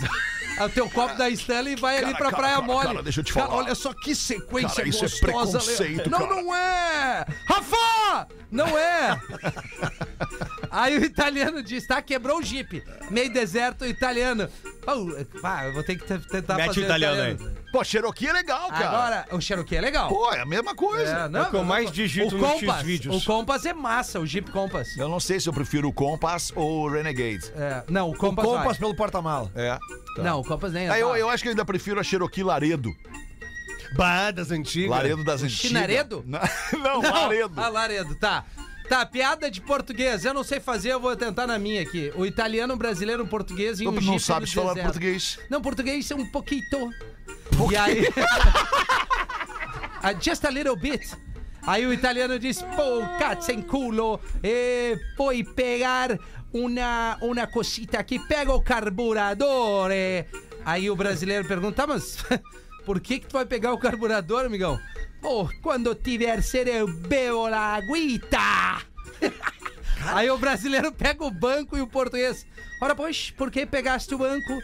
aí o teu copo da Stanley e vai ali
Cara,
pra
cara,
Praia
cara,
Mole.
cara, deixa eu te
Cara,
falar.
olha só que sequência
Cara, isso é
gostosa.
preconceito,
Não,
cara.
não é! Rafa! Não é! aí o italiano diz, tá, quebrou o jipe. Meio deserto, o italiano. Oh, pá, eu vou ter que t- tentar
Mete
fazer
o italiano aí.
Pô, Cherokee é legal, cara.
Agora, o Cherokee é legal.
Pô, é a mesma coisa.
não,
é o que eu mais digito
o
nos
Compass,
X-Vídeos.
O Compass é massa, o Jeep Compass.
É. Eu não sei se eu prefiro o Compass ou o Renegade.
É, não, o
Com
Compass,
Compass
vai.
pelo porta-mala.
É. tá.
Não, o Compass nem é.
Ah, eu,
tá.
eu acho que eu ainda prefiro a Cherokee Laredo.
Bah, das antigas.
Laredo das antigas.
Chinaredo?
Não, não,
Não.
Laredo.
Ah, Laredo, tá. Tá, piada de português. Eu não sei fazer, eu vou tentar na minha aqui. O italiano, o brasileiro, o português e
Tu
um
não
jipe
sabes
no
falar
deserto.
português.
Não, português é um pouquinho. E aí. Ah, Just a little bit. Aí o italiano diz: Pô, cazzo in culo, e poi pegar uma, uma cosita aqui, pega o carburador. eh." Aí o brasileiro pergunta: "Tá, Mas por que, que tu vai pegar o carburador, amigão? Pô, quando tiver sede, eu bebo la aguita. Aí o brasileiro pega o banco e o português. Ora, pois, por que pegaste o banco?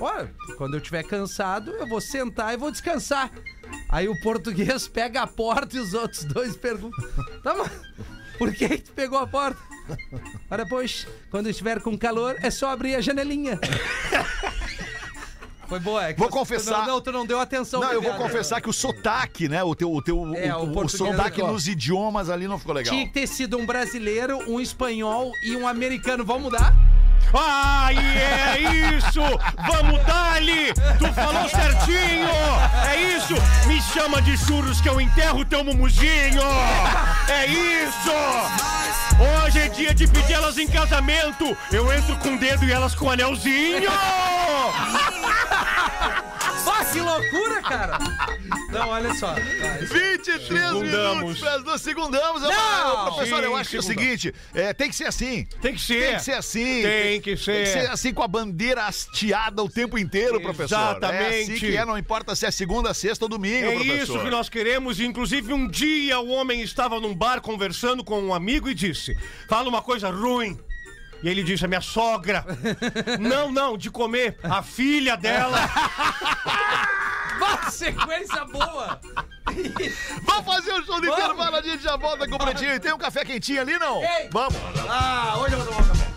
Ora, quando eu tiver cansado, eu vou sentar e vou descansar. Aí o português pega a porta e os outros dois perguntam: Tá, mas por que, que tu pegou a porta? Ora, pois, quando estiver com calor, é só abrir a janelinha. Foi boa, é que
Vou
tu não-
confessar-
Não, tu não deu atenção.
Não,
pra
eu vou
piada.
confessar que o sotaque, né? O teu, o teu
É, o
o, o,
português
sotaque
ficou.
nos idiomas ali não ficou legal.
Tinha que ter sido um brasileiro, um espanhol e um americano. Vamos mudar?
Ah, e é isso! Vamos, Dali! Tu falou certinho! É isso! Me chama de churros que eu enterro teu mumuzinho! É isso! Hoje é dia de pedir elas em casamento! Eu entro com o dedo e elas com o anelzinho!
Pá, que loucura, cara! Não, olha só.
23 minutos
Segundamos.
para as duas segundamos.
Não!
Ô, professor, eu
Sim,
acho que é o
segunda.
seguinte, é, tem que ser assim.
Tem que ser!
Tem que ser assim.
Tem que
Tem
ser.
que ser assim com a bandeira hasteada o tempo inteiro, professor. É assim
Exatamente.
que é, não importa se é segunda, sexta ou domingo,
É
professor.
isso que nós queremos. Inclusive, um dia o homem estava num bar conversando com um amigo e disse: Fala uma coisa ruim. E ele disse: A minha sogra. não, não, de comer. A filha dela.
Pá, sequência boa!
Vamos fazer o show do intervalo, a gente já volta com o Pretinho. E Tem um café quentinho ali, não?
Ei!
Vamos.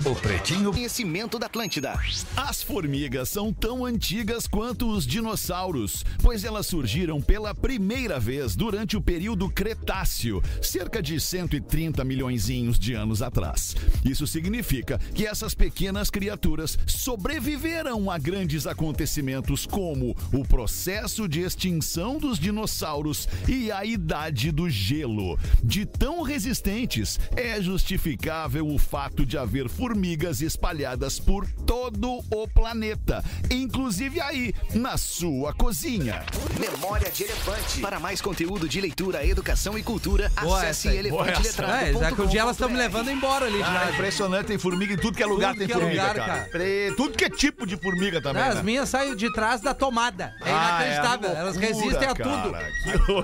O Pretinho
Conhecimento da Atlântida.
As formigas são tão antigas quanto os dinossauros, pois elas surgiram pela primeira vez durante o período Cretáceo, cerca de 130 milhõeszinhos de anos atrás. Isso significa que essas pequenas criaturas sobreviveram a grandes acontecimentos como o processo de extinção dos dinossauros e a idade do gelo. De tão resistentes, é justificável o fato de haver formigas espalhadas por todo o planeta, inclusive aí, na sua cozinha.
Memória de Elefante. Para mais conteúdo de leitura, educação e cultura,
Boa
acesse
essa aí. É,
elefanteletrado.com.br.
já que um dia elas estão me levando embora ali né?
Ah,
já.
impressionante, tem formiga em tudo que é lugar,
Tudo
tem
que é
formiga,
lugar,
cara.
cara.
Pre- Tudo que é tipo de formiga também,
Ah,
né?
As minhas saem de trás da tomada. É
Ah,
inacreditável.
uma
Elas
loucura,
resistem a
cara.
tudo.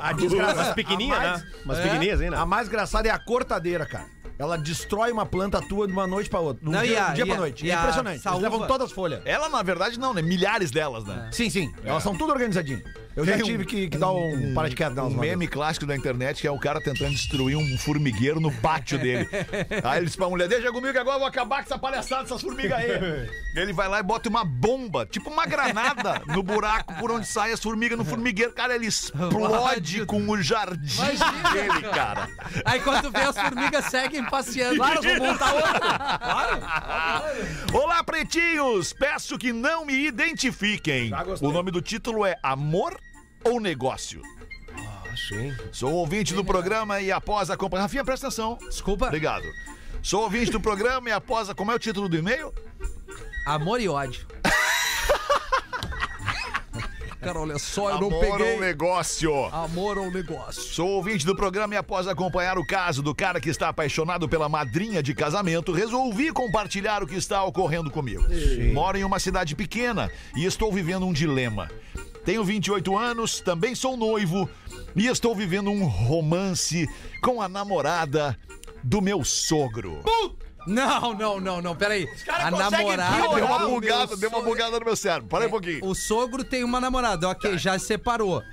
A desgraça.
pequenininha,
a mais,
né? Mas
É.
pequenininhas, hein, né?
A mais engraçada é a cortadeira, cara. Ela destrói uma planta tua de uma noite pra outra. De um
Não, e
dia,
a-
de um dia
e
pra
a-
noite.
e
É
a
impressionante. Eles
saúva?
levam todas as folhas.
Ela, na verdade, não, né? Milhares delas, né?
Sim, sim. Elas são tudo organizadinho. Eu já
Tem um-
tive que, que dar um, para de queda
Um
nelas. uma
meme clássico da internet que é o cara tentando destruir um formigueiro no pátio dele. Aí ele diz pra mulher: Deixa comigo agora, eu vou acabar com essa palhaçada dessas formigas aí. Ele vai lá e bota uma bomba, tipo uma granada, no buraco por onde sai as formigas no formigueiro. Cara, ele explode com o jardim
Imagina,
dele, cara.
É. Aí quando vê, as formigas seguem passeando. Claro, vou montar outra.
Olá, pretinhos! Peço que não me identifiquem. O nome do título é Amor ou Negócio?
Ah,
Sou ouvinte do programa e após acompanhar. Rafinha, presta atenção.
Desculpa.
Obrigado. Sou ouvinte do programa e após a... Como é o título do e-mail?
Amor e ódio. Cara, olha só, eu não
Amor ou
peguei.
negócio.
Amor ou negócio.
Sou ouvinte do programa e após acompanhar o caso do cara que está apaixonado pela madrinha de casamento, resolvi compartilhar o que está ocorrendo comigo. Moro em uma cidade pequena e estou vivendo um dilema. Tenho 28 anos, também sou noivo e estou vivendo um romance com a namorada do meu sogro.
Não, não, não, não, peraí. A
Consegue
namorada.
piorar, Deu uma
né? Meu
bugada, deu uma
sonho-
bugada no meu cérebro. Para aí um pouquinho.
O sogro tem uma namorada, ok, já se separou.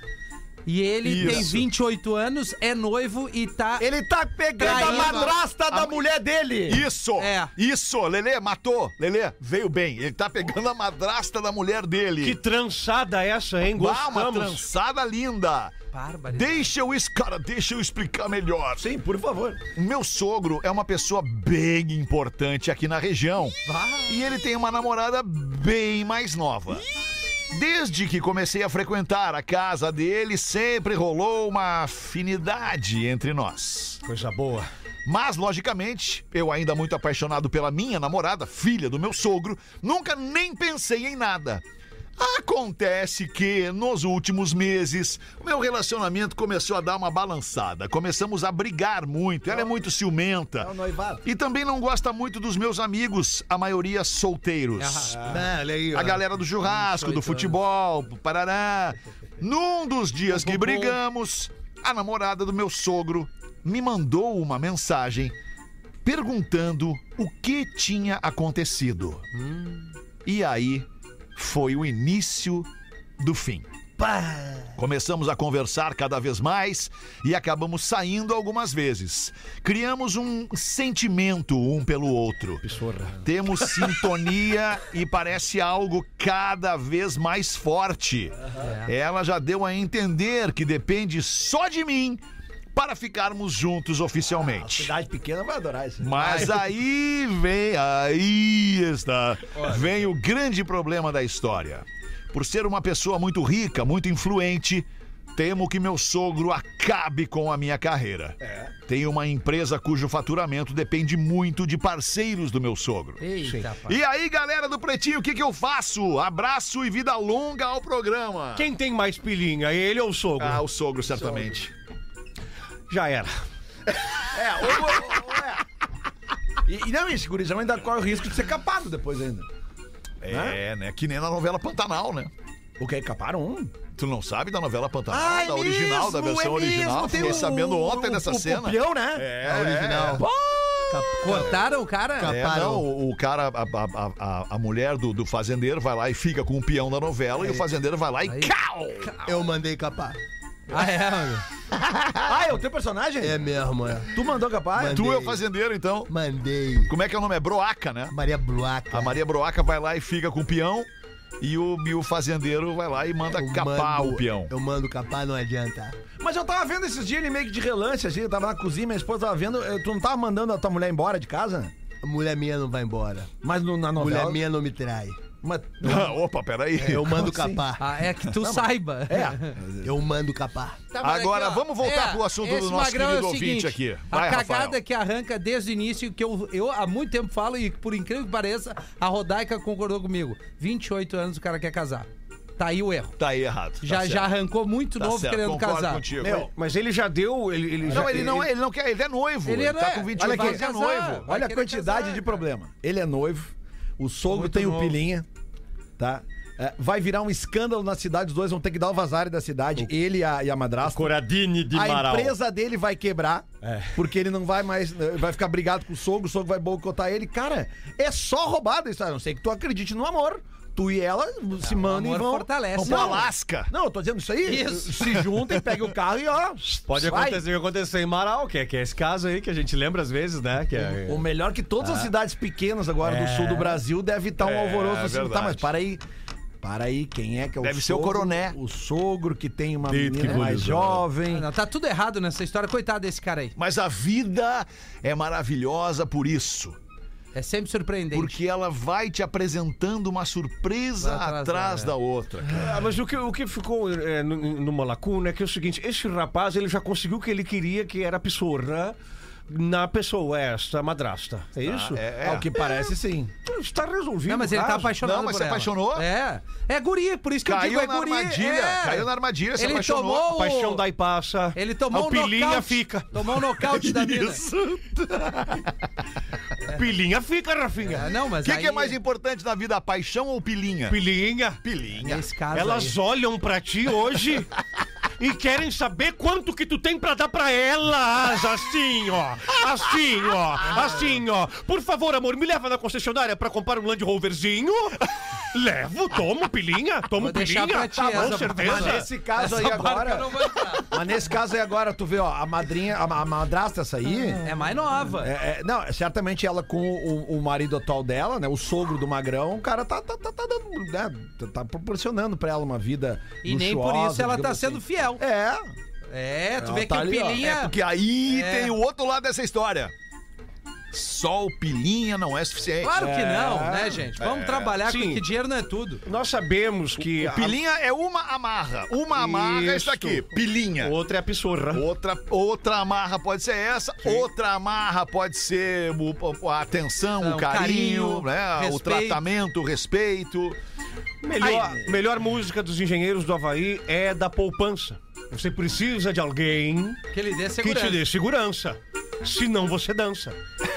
E ele tem
Tá. Isso.
28 anos, é noivo e tá.
Ele tá pegando a
Traindo a-
madrasta da mulher dele.
Isso!
É.
Isso! Lelê, matou! Lelê, veio bem. Ele tá pegando a madrasta da mulher
Que
dele.
trançada essa, hein?
Bah, uma
Gostamos.
trançada linda!
Bárbaro.
Deixa eu. es- Cara, deixa eu explicar melhor.
Sim, por favor.
O meu sogro é uma pessoa bem importante aqui na região. E ele tem uma namorada bem mais nova. Desde que comecei a frequentar a casa dele, sempre rolou uma afinidade entre nós.
Coisa boa.
Mas, logicamente, eu ainda muito apaixonado pela minha namorada, filha do meu sogro, nunca nem pensei em nada. Acontece que, nos últimos meses, o meu relacionamento começou a dar uma balançada. Começamos a brigar muito. Ela é muito ciumenta.
o noivado.
E também não gosta muito dos meus amigos, a maioria solteiros.
Ah, olha aí, ó.
A galera do churrasco, do futebol, parará. Num dos dias que brigamos, a namorada do meu sogro me mandou uma mensagem perguntando o que tinha acontecido. E aí foi o início do fim. Começamos a conversar cada vez mais e acabamos saindo algumas vezes. Criamos um sentimento um pelo outro. Temos sintonia e parece algo cada vez mais forte. É. Ela já deu a entender que depende só de mim para ficarmos juntos oficialmente.
Cidade pequena vai adorar isso.
Mas aí vem, aí está, vem o grande problema da história. Por ser uma pessoa muito rica, muito influente, temo que meu sogro acabe com a minha carreira. Tenho uma empresa cujo faturamento depende muito de parceiros do meu sogro.
Eita, pá.
E aí, galera do Pretinho, o que, que eu faço? Abraço e vida longa ao programa.
Quem tem mais pilinha, ele ou o sogro?
Ah, o sogro, certamente.
Já era.
É, ou, ou- ou é. E, e não, esse gurizão ainda corre o risco de ser capado depois ainda.
É, né? Que nem na novela Pantanal, né?
O que? Caparam um?
Tu não sabe da novela Pantanal,
Ah, é
da original, da
mesmo,
versão
é
original?
mesmo, tem
Fiquei
o-
sabendo ontem dessa
o
cena.
Pupião, né?
É, a original.
Cortaram o cara?
É, não, o o cara, a, a- a- a- a mulher do, do fazendeiro vai lá e fica com o peão da novela e o fazendeiro vai lá e cau!
Eu mandei capar.
Ah, é, mano.
Ah, é o teu personagem?
É mesmo, é.
Tu mandou capar?
Mandei.
Tu é o fazendeiro, então.
Mandei.
Como é que é o nome? É Broaca, né?
Maria Bluaca.
A Maria Broaca vai lá e fica com o peão e o, e o fazendeiro vai lá e
É
manda
Eu
capar
mando-
o peão.
Eu mando capar, não adianta.
Mas eu tava vendo esses dias ele meio que de relance, assim, eu tava na cozinha, minha esposa tava vendo. eh, Tu não tava mandando a tua mulher embora de casa?
A mulher minha não vai embora.
Mas no- na novela.
Mulher minha não me trai.
Mas-
Ah, Opa, peraí.
É
Eu mando
assim?
capar.
Ah, é que tu saiba. Tá
É.
Eu mando capar.
Tá Agora, vamos voltar pro assunto do
É, esse
nosso
magrão é
querido
o
ouvinte aqui. Vai,
a cagada
Rafael.
que arranca desde o início, que eu, eu há muito tempo falo, e por incrível que pareça, a Rodaica concordou comigo. 28 anos o cara quer casar. Tá aí o erro.
Tá aí errado. tá
já,
certo.
já arrancou muito
Tá
novo
certo,
querendo
concordo
casar.
contigo.
Meu, mas ele já deu. Ele, ele
Não,
já-
ele não, é- ele não quer, ele é noivo. Ele,
Ele
tá
é-
com
olha
28
aqui,
anos, é noivo.
casar.
Olha a
querer
quantidade
casar, cara.
de problema. Ele é noivo, o sogro
Muito
tem o
novo.
pilinha, tá? É, vai virar um escândalo na cidade, os dois vão ter que dar o vazare da cidade, ele e a, e a madrasta.
Coradini de
A
Amaral.
empresa dele vai quebrar,
É.
porque ele não vai mais. né, Vai ficar brigado com o sogro, o sogro vai boicotar ele. Cara, é só roubada isso. A não ser que tu acredite no amor. Tu e ela se mandam e
amor
vão.
fortalece.
vão pro
Não.
Alasca. Não, eu tô dizendo isso aí.
Isso.
Se juntem, pega o carro e ó.
Pode
vai.
acontecer o que aconteceu em Marau, que é, que é esse caso aí que a gente lembra às vezes, né? Que é-
O melhor que todas as cidades pequenas agora do sul do Brasil deve estar um
É,
alvoroço
é
assim.
verdade.
Tá, mas para aí. Para aí, quem é que é o
Deve ser o
sogro?
coroné. é
O sogro que tem uma
Eita,
menina
que
mais
gurizada.
jovem.
Ah, não, tá tudo errado nessa história, coitado desse cara aí.
Mas a vida é maravilhosa por isso.
É sempre surpreendente.
Porque ela vai te apresentando uma surpresa
Vai né? atrás
atrás
da-
da outra. cara.
Ah, mas o que, o que ficou é, nu- numa lacuna é que é o seguinte: esse rapaz ele já conseguiu o que ele queria, que era a pissorra na pessoa, esta madrasta. É isso?
É,
Ao
é.
que parece, sim.
Está resolvido.
Não, mas ele
o
tá
caso.
apaixonado
Não, mas
por
se
ela.
apaixonou?
É. É guri, por isso que
Caiu
eu digo é
na
guri.
armadilha,
é.
caiu na armadilha, se
ele
apaixonou.
Tomou... o-
Paixão daí passa.
Ele tomou
a
um
pilinha
nocaute.
fica.
Tomou um nocaute da mina.
Pilinha fica, Rafinha.
Ah, Não,
O
mas
que,
aí...
que é mais importante na vida, a paixão ou pilinha?
Pilinha.
Pilinha.
Nesse caso aí.
Elas olham pra ti hoje e querem saber quanto que tu tem pra dar pra elas. Assim, ó. Assim, ó. Assim, ó. Por favor, amor, me leva na concessionária pra comprar um Land Roverzinho. Levo, tomo pilinha, tomo
Vou deixar
pilinha.
pra ti
Tá bom,
essa-
Mas
certeza.
nesse caso aí agora. Mas nesse caso aí agora, tu vê, ó, a madrinha, a, ma- a madrasta essa aí.
É mais nova.
É, é, não, certamente ela com o, o marido atual dela, né? O sogro do Magrão, o cara tá, tá, tá, tá dando. Né, tá- tá proporcionando pra ela uma vida.
E nem por
luxuosa,
isso ela tá
digamos
sendo
assim.
fiel.
É,
É, tu
Ela
vê
tá
que o
ali, ó.
É.
Pilinha...
Porque aí
É.
tem o outro lado dessa história. Sol, pilinha não é suficiente.
Claro que
É.
não, né, gente? Vamos
É.
trabalhar com
Sim.
que dinheiro não é tudo.
Nós sabemos que.
O pilinha é uma amarra. Uma amarra é
Isso.
essa aqui. Pilinha.
a... Outra é a pissorra.
Outra, outra amarra pode ser essa, outra amarra pode ser o- o- a atenção,
Não,
o carinho,
carinho,
né? o
respeito.
tratamento, o respeito.
Melhor, melhor música dos engenheiros do Havaí é da poupança. Você precisa de alguém
Que ele dê
que te
segurança.
dê segurança. Senão você dança.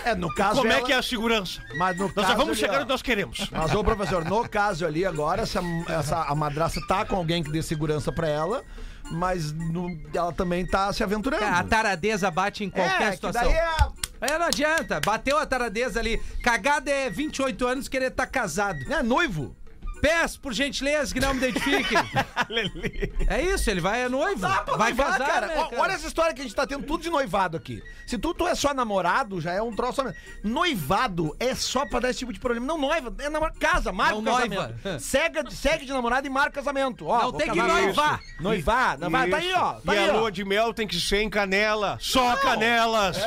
É, no caso.
Como é
ela-
que é a segurança?
Mas no
Nós
caso
já vamos
ali,
chegar
ó.
onde nós queremos.
Mas, ô professor, no caso ali agora, essa, essa, a madraça tá com alguém que dê segurança pra ela, mas no- ela também tá se aventurando.
A taradeza bate em Ah, qualquer
é, que
situação.
daí é...
É, não adianta. Bateu a taradeza ali. Cagada é 28 anos querer estar casado.
É noivo.
Peço, por gentileza, que não me identifique. é isso, ele vai, é noivo.
Dá pra
vai
noivar,
casar,
cara.
né,
Ó, Olha essa história que a gente tá tendo tudo de noivado aqui. Se tu, tu é só namorado, já é um troço. Noivado é só pra dar esse tipo de problema. Não noiva, é namorado. Casa, marca
Não
o casamento.
noiva.
Segue, segue de namorado e marca casamento. Ó,
Não
vou
tem que
casar.
noivar.
Noivar, noivar. Tá aí, ó. Tá
e
aí,
a
ó.
lua de mel tem que ser em canela. Só canelas.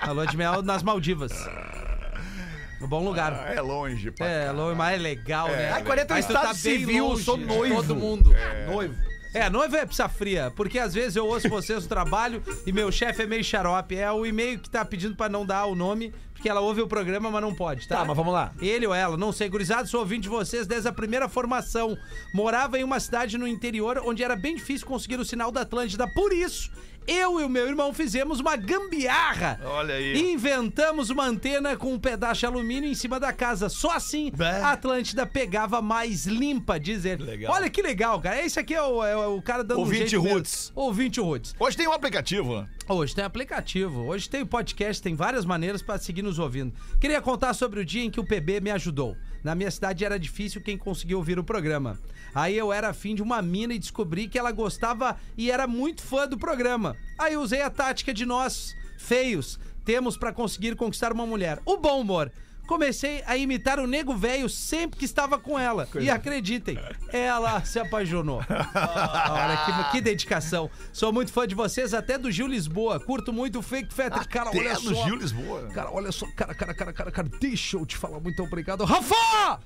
A lua de mel nas Maldivas. No bom lugar.
É longe, pá.
É, lua mas é legal, né?
Ai, 40 Ah, é um
Aí tu tá
estado
bem
civil,
longe
sou
de
noivo.
Todo mundo.
Noivo.
É, noivo é pizza fria, porque às vezes eu ouço vocês no trabalho e meu chefe é meio xarope. É o e-mail que tá pedindo pra não dar o nome, porque ela ouve o programa, mas não pode, tá?
Tá, mas vamos lá.
Ele ou ela, não sei, gurizado, sou ouvinte de vocês desde a primeira formação. Morava em uma cidade no interior onde era bem difícil conseguir o sinal da Atlântida. Por isso, eu e o meu irmão fizemos uma gambiarra.
Olha aí.
Inventamos uma antena com um pedaço de alumínio em cima da casa. Só assim
Né?
a Atlântida pegava mais limpa, diz ele. Olha que legal, cara. Esse aqui é o, é o cara dando um
Ouvinte
jeito mesmo.
roots.
Ouvinte Roots.
Hoje tem um aplicativo. né?
Hoje tem aplicativo, hoje tem podcast, tem várias maneiras pra seguir nos ouvindo. Queria contar sobre o dia em que o PB me ajudou. Na minha cidade era difícil quem conseguia ouvir o programa. Aí eu era afim de uma mina e descobri que ela gostava e era muito fã do programa. Aí eu usei a tática de nós, feios, temos pra conseguir conquistar uma mulher. O bom humor. Comecei a imitar o nego velho sempre que estava com ela. E acreditem, ela se apaixonou. Olha que, que dedicação. Sou muito fã de vocês, até do Gil Lisboa. Curto muito o fake Fetter. Cara, olha
Até
só.
É no Gil Lisboa.
Cara, olha só, cara, cara, cara, cara, cara, deixa eu te falar, muito obrigado. Rafa!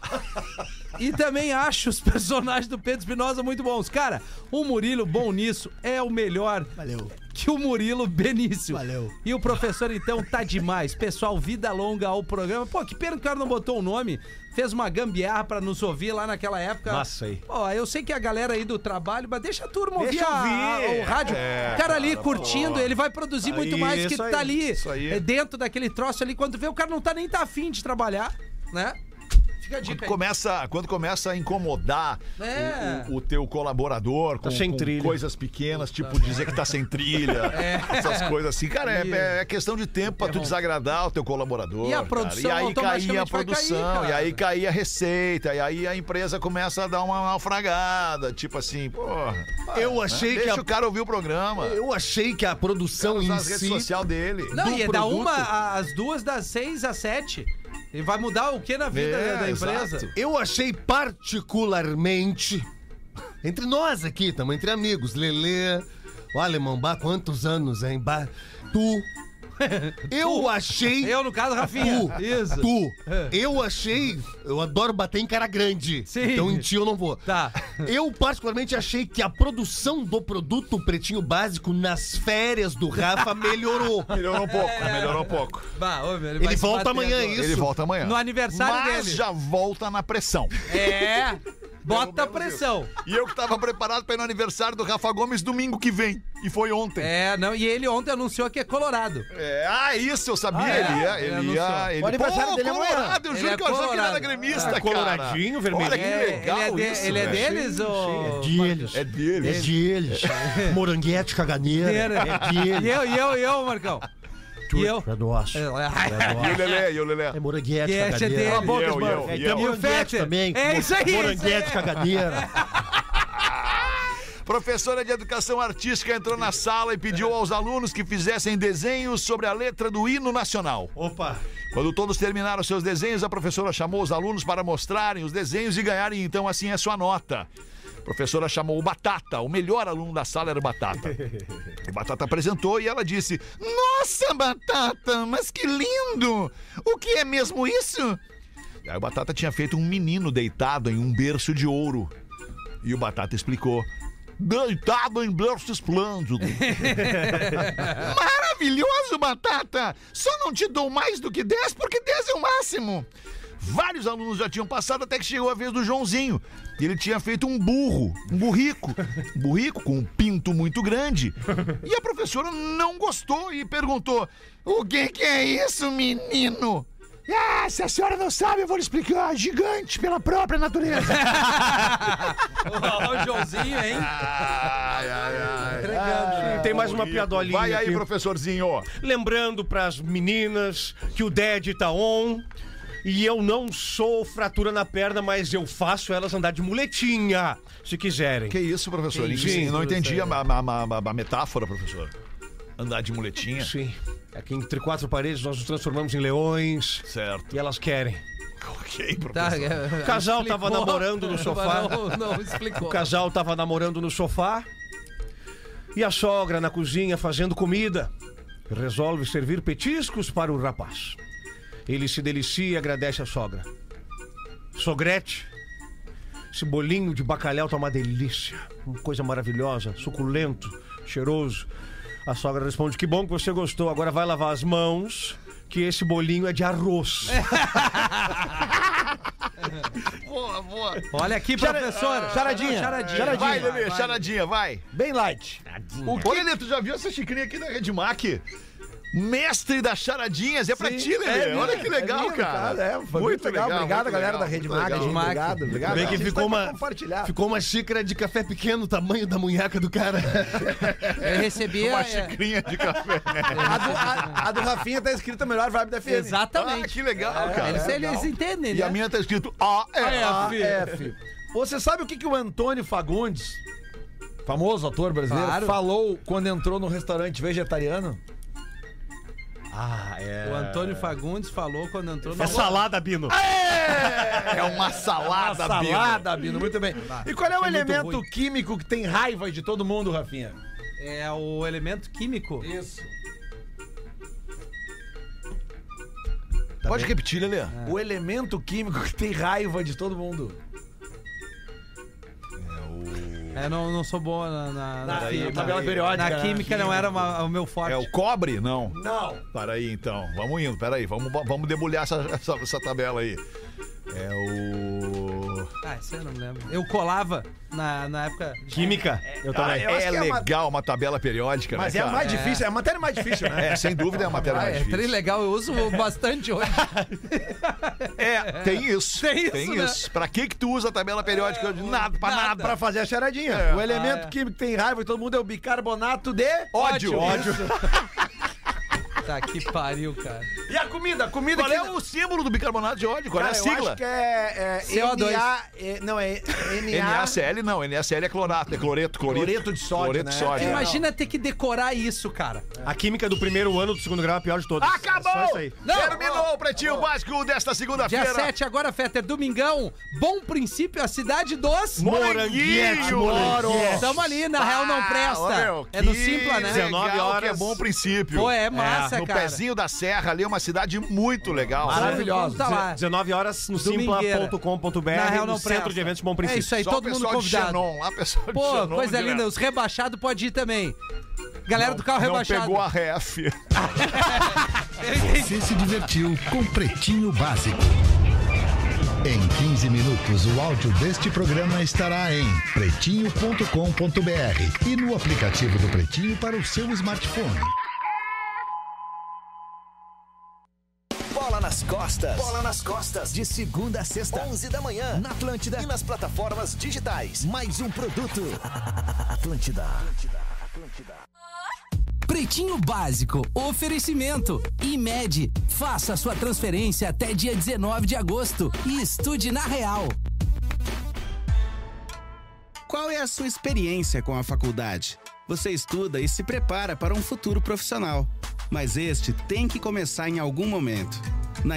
e também acho os personagens do Pedro Espinosa muito bons. Cara, o Murilo, bom nisso, é o melhor.
Valeu.
Que o Murilo Benício.
Valeu.
E o professor, então, tá demais. Pessoal, vida longa ao programa. Pô, que pena que o cara não botou o nome. Fez uma gambiarra pra nos ouvir lá naquela época.
Nossa, aí.
Ó, eu sei que a galera aí do trabalho, mas deixa a turma ouvir,
Deixa
a-
ouvir. É,
a- o rádio. o cara ali curtindo, ele vai produzir muito
Aí,
mais que
isso aí,
tá ali.
isso aí.
É dentro daquele troço ali. Quando vê, o cara não tá nem tá afim de trabalhar, né? Fica a
Quando
dica aí.
começa, quando começa a incomodar
É.
o, o- o teu colaborador com,
sem
com
trilha.
coisas pequenas, tipo dizer que tá sem trilha,
É.
essas coisas assim. Cara, é, é- é questão de tempo pra tu desagradar o teu colaborador.
E a
cara.
produção
E aí
automaticamente
caía a
vai cair,
produção,
cara.
e aí caía a receita, e aí a empresa começa a dar uma naufragada. Tipo assim, porra.
Eu achei que
Deixa
a,
o cara ouvir o programa.
eu achei que a produção
Usar
em
as redes
si
social dele.
Não,
do
e é da
produto.
uma às duas, das seis às sete. E vai mudar o que na vida
É,
da- da empresa?
exato.
Eu achei particularmente. Entre nós aqui, estamos entre amigos. Lelê. O alemão, bah, quantos anos, hein? Bah, tu. Eu achei.
Eu, no caso, Rafinha.
Tu,
Isso.
tu,
É.
eu achei. Eu adoro bater em cara grande.
Sim.
Então em ti eu não vou.
Tá.
Eu, particularmente, achei que a produção do produto pretinho básico nas férias do Rafa melhorou.
Melhorou um pouco, melhorou um pouco.
Bah, ô, meu, vai
Ele
se bater
volta amanhã,
agora.
isso.
Ele volta amanhã.
No aniversário
Mas
dele.
já volta na pressão.
É. Bota a
Pelo menos
pressão.
E eu que tava preparado pra ir no aniversário do Rafa Gomes domingo que vem. E foi ontem.
É, não, e ele ontem anunciou que é colorado.
É, ah, isso eu sabia.
Ah, é?
Ele ia.
Ele
Ele
anunciou.
ia. Ele...
O aniversário
Pô,
dele é amanhã.
colorado, eu
Ele
juro
é
que eu achava que ele era
colorado.
gremista,
Ah,
cara.
coloradinho, vermelhinho.
Olha que
É,
legal.
ele é, de-
isso,
ele é
velho.
deles, ô.
De eles.
É dele.
É de eles. Moranguete, caganeira. É de
né? E
eles.
eu, e eu, e eu, Marcão. E eu.
É nosso.
É,
E o Lelé, e o Lelé.
É moranguete,
é
caganeira.
dele.
E eu, e eu, e eu.
E o Fetter.
É também.
É isso aí.
Moranguete,
isso aí.
caganeira.
Professora de Educação Artística entrou na sala e pediu aos alunos que fizessem desenhos sobre a letra do hino nacional.
Opa.
Quando todos terminaram seus desenhos, a professora chamou os alunos para mostrarem os desenhos e ganharem então assim a sua nota. professora chamou o Batata, o melhor aluno da sala era o Batata. O Batata apresentou e ela disse: Nossa, Batata, mas que lindo! O que é mesmo isso? Aí o Batata tinha feito um menino deitado em um berço de ouro. E o Batata explicou. Deitado em berço esplêndido. Maravilhoso, Batata! Só não te dou mais do que 10, porque 10 é o máximo. Vários alunos já tinham passado até que chegou a vez do Joãozinho. E ele tinha feito um burro, um burrico. Um burrico com um pinto muito grande. E a professora não gostou e perguntou: O que, que é isso, menino? Ah, se a senhora não sabe, eu vou lhe explicar. É Gigante pela própria natureza.
Ó, o Joãozinho, hein?
Ai, ai,
Tá,
ai.
é,
Entregando. Tem mais uma piadolinha.
Vai aí,
aqui.
professorzinho.
Lembrando pras meninas que o Ded tá on. E eu não sou fratura na perna, mas eu faço elas andar de muletinha, se quiserem.
Que isso, professor?
Que
Sim,
isso,
não entendi a, a- a- a- a metáfora, professor. Andar de muletinha.
Sim. Aqui entre quatro paredes nós nos transformamos em leões.
Certo.
E elas querem.
Ok,
Tá,
professor.
é,
O casal tava
explicou,
namorando no sofá.
Não, não explicou.
O casal tava namorando no sofá e a sogra na cozinha fazendo comida. Resolve servir petiscos para o rapaz. Ele se delicia e agradece a sogra. Sogrete, esse bolinho de bacalhau tá uma delícia. Uma coisa maravilhosa, suculento, cheiroso. A sogra responde: Que bom que você gostou, agora vai lavar as mãos, que esse bolinho é de arroz.
Boa, boa.
Olha aqui, professor.
charadinha.
Charadinha.
Vai, Lelê, charadinha, vai.
Bem light.
O que, Lelê, tu já viu essa xicrinha aqui da Rede Mac? Mestre das charadinhas, é pra ti,
É
Lelê.
minha,
Olha que
é
legal,
minha,
cara.
É, foi muito, legal. Obrigado,
muito
galera
legal,
da Rede
muito
Mac.
legal.
Mac.
Obrigado, obrigado.
Bem que
Vocês
ficou
têm
uma-
compartilhar.
Ficou uma xícara de café pequeno, tamanho da munheca do cara.
Eu recebi.
Uma
é,
xicrinha de café.
A do, a, a do Rafinha tá escrita melhor vibe da FM.
Ah,
é, Exatamente.
que legal,
É,
cara.
eles, eles entendem,
E
né?
a minha tá escrito
Ah,
AF.
AF. é, Você sabe o que, que o Antônio Fagundes, famoso ator brasileiro,
Claro.
falou quando entrou no restaurante vegetariano?
O Antônio Fagundes falou quando entrou no.
É salada, Bino.
É uma salada, Bino.
Salada, Bino, muito bem. E qual é o
É muito
elemento
ruim.
químico que tem raiva de todo mundo, Rafinha?
É o elemento químico.
Isso.
Pode repetir, Lelê.
O elemento químico que tem raiva de todo mundo.
Eu não, não sou boa na, na, na,
Peraí,
na-
tabela
na
periódica, né?
química não era uma- o meu forte.
É o cobre? Não.
Não.
Peraí, então. Vamos indo, peraí. Vamos, vamos debulhar essa, essa, essa tabela aí. É o.
Ah, isso eu não me lembro. Eu colava na, na época.
Química? Eu
Cara,
eu acho
é
que é uma-
legal uma... tabela periódica,
Mas
né,
é a
cara?
mais difícil, é a matéria mais difícil, né?
É, sem dúvida é a matéria
Ah,
mais
é bem
difícil.
legal, eu uso bastante hoje.
É, tem isso.
Tem isso, né?
Pra que que tu usa a tabela periódica? Eu digo, nada, pra nada.
Pra fazer a charadinha. O elemento
Ah, é.
químico que tem raiva de todo mundo é o bicarbonato de
Ódio.
ódio.
tá que pariu, cara.
E a comida? A comida
Qual
que
é o símbolo do bicarbonato de ódio? Qual
Cara,
é a
Eu
sigla?
acho que é, é
CO2.
NA, é, não, é NA.
NaCl não, NaCl é clorato, é cloreto, clorito.
Cloreto de sódio,
Cloreto de
né?
sódio.
É.
Imagina ter que decorar isso, cara.
É
A química do primeiro ano do segundo grau é a pior de todas. É só
Acabou!
isso aí.
Não,
Terminou o Pretinho Básico desta
Dia
segunda-feira.
7 agora, Fetter, domingão. Bom princípio, a cidade dos...
Moranguete, moranguete.
Estamos ali, na real não presta.
Ah, meu,
é no
que
Simpla, né?
legal,
19
Que é
horas.
bom princípio.
Pô, é massa,
No
cara.
pezinho da serra ali, é uma cidade muito legal.
Sabe
Sabe?
como
maravilhosa.
Tá lá.
19 horas no
Domingueira. Na
simpla.com.br,
real, não
no Centro
presta.
de Eventos Bom Princípio.
É isso aí,
Só o
todo mundo
pessoal de
convidado.
Xenon, lá, pessoal de
Pô,
Xenon,
coisa
direto.
linda, os rebaixados pode ir também. Galera do carro
Não
rebaixado.
pegou a ref.
Você se divertiu com Pretinho Básico. Em 15 minutos, o áudio deste programa estará em pretinho.com.br e no aplicativo do Pretinho para o seu smartphone.
Bola nas costas. Bola nas costas. De segunda a sexta, 11 da manhã, na Atlântida e nas plataformas digitais. Mais um produto. Atlântida.
Pretinho Básico, oferecimento. IMED, faça sua transferência até dia 19 de agosto e estude na Real.
Qual é a sua experiência com a faculdade? Você estuda e se prepara para um futuro profissional, mas este tem que começar em algum momento. Na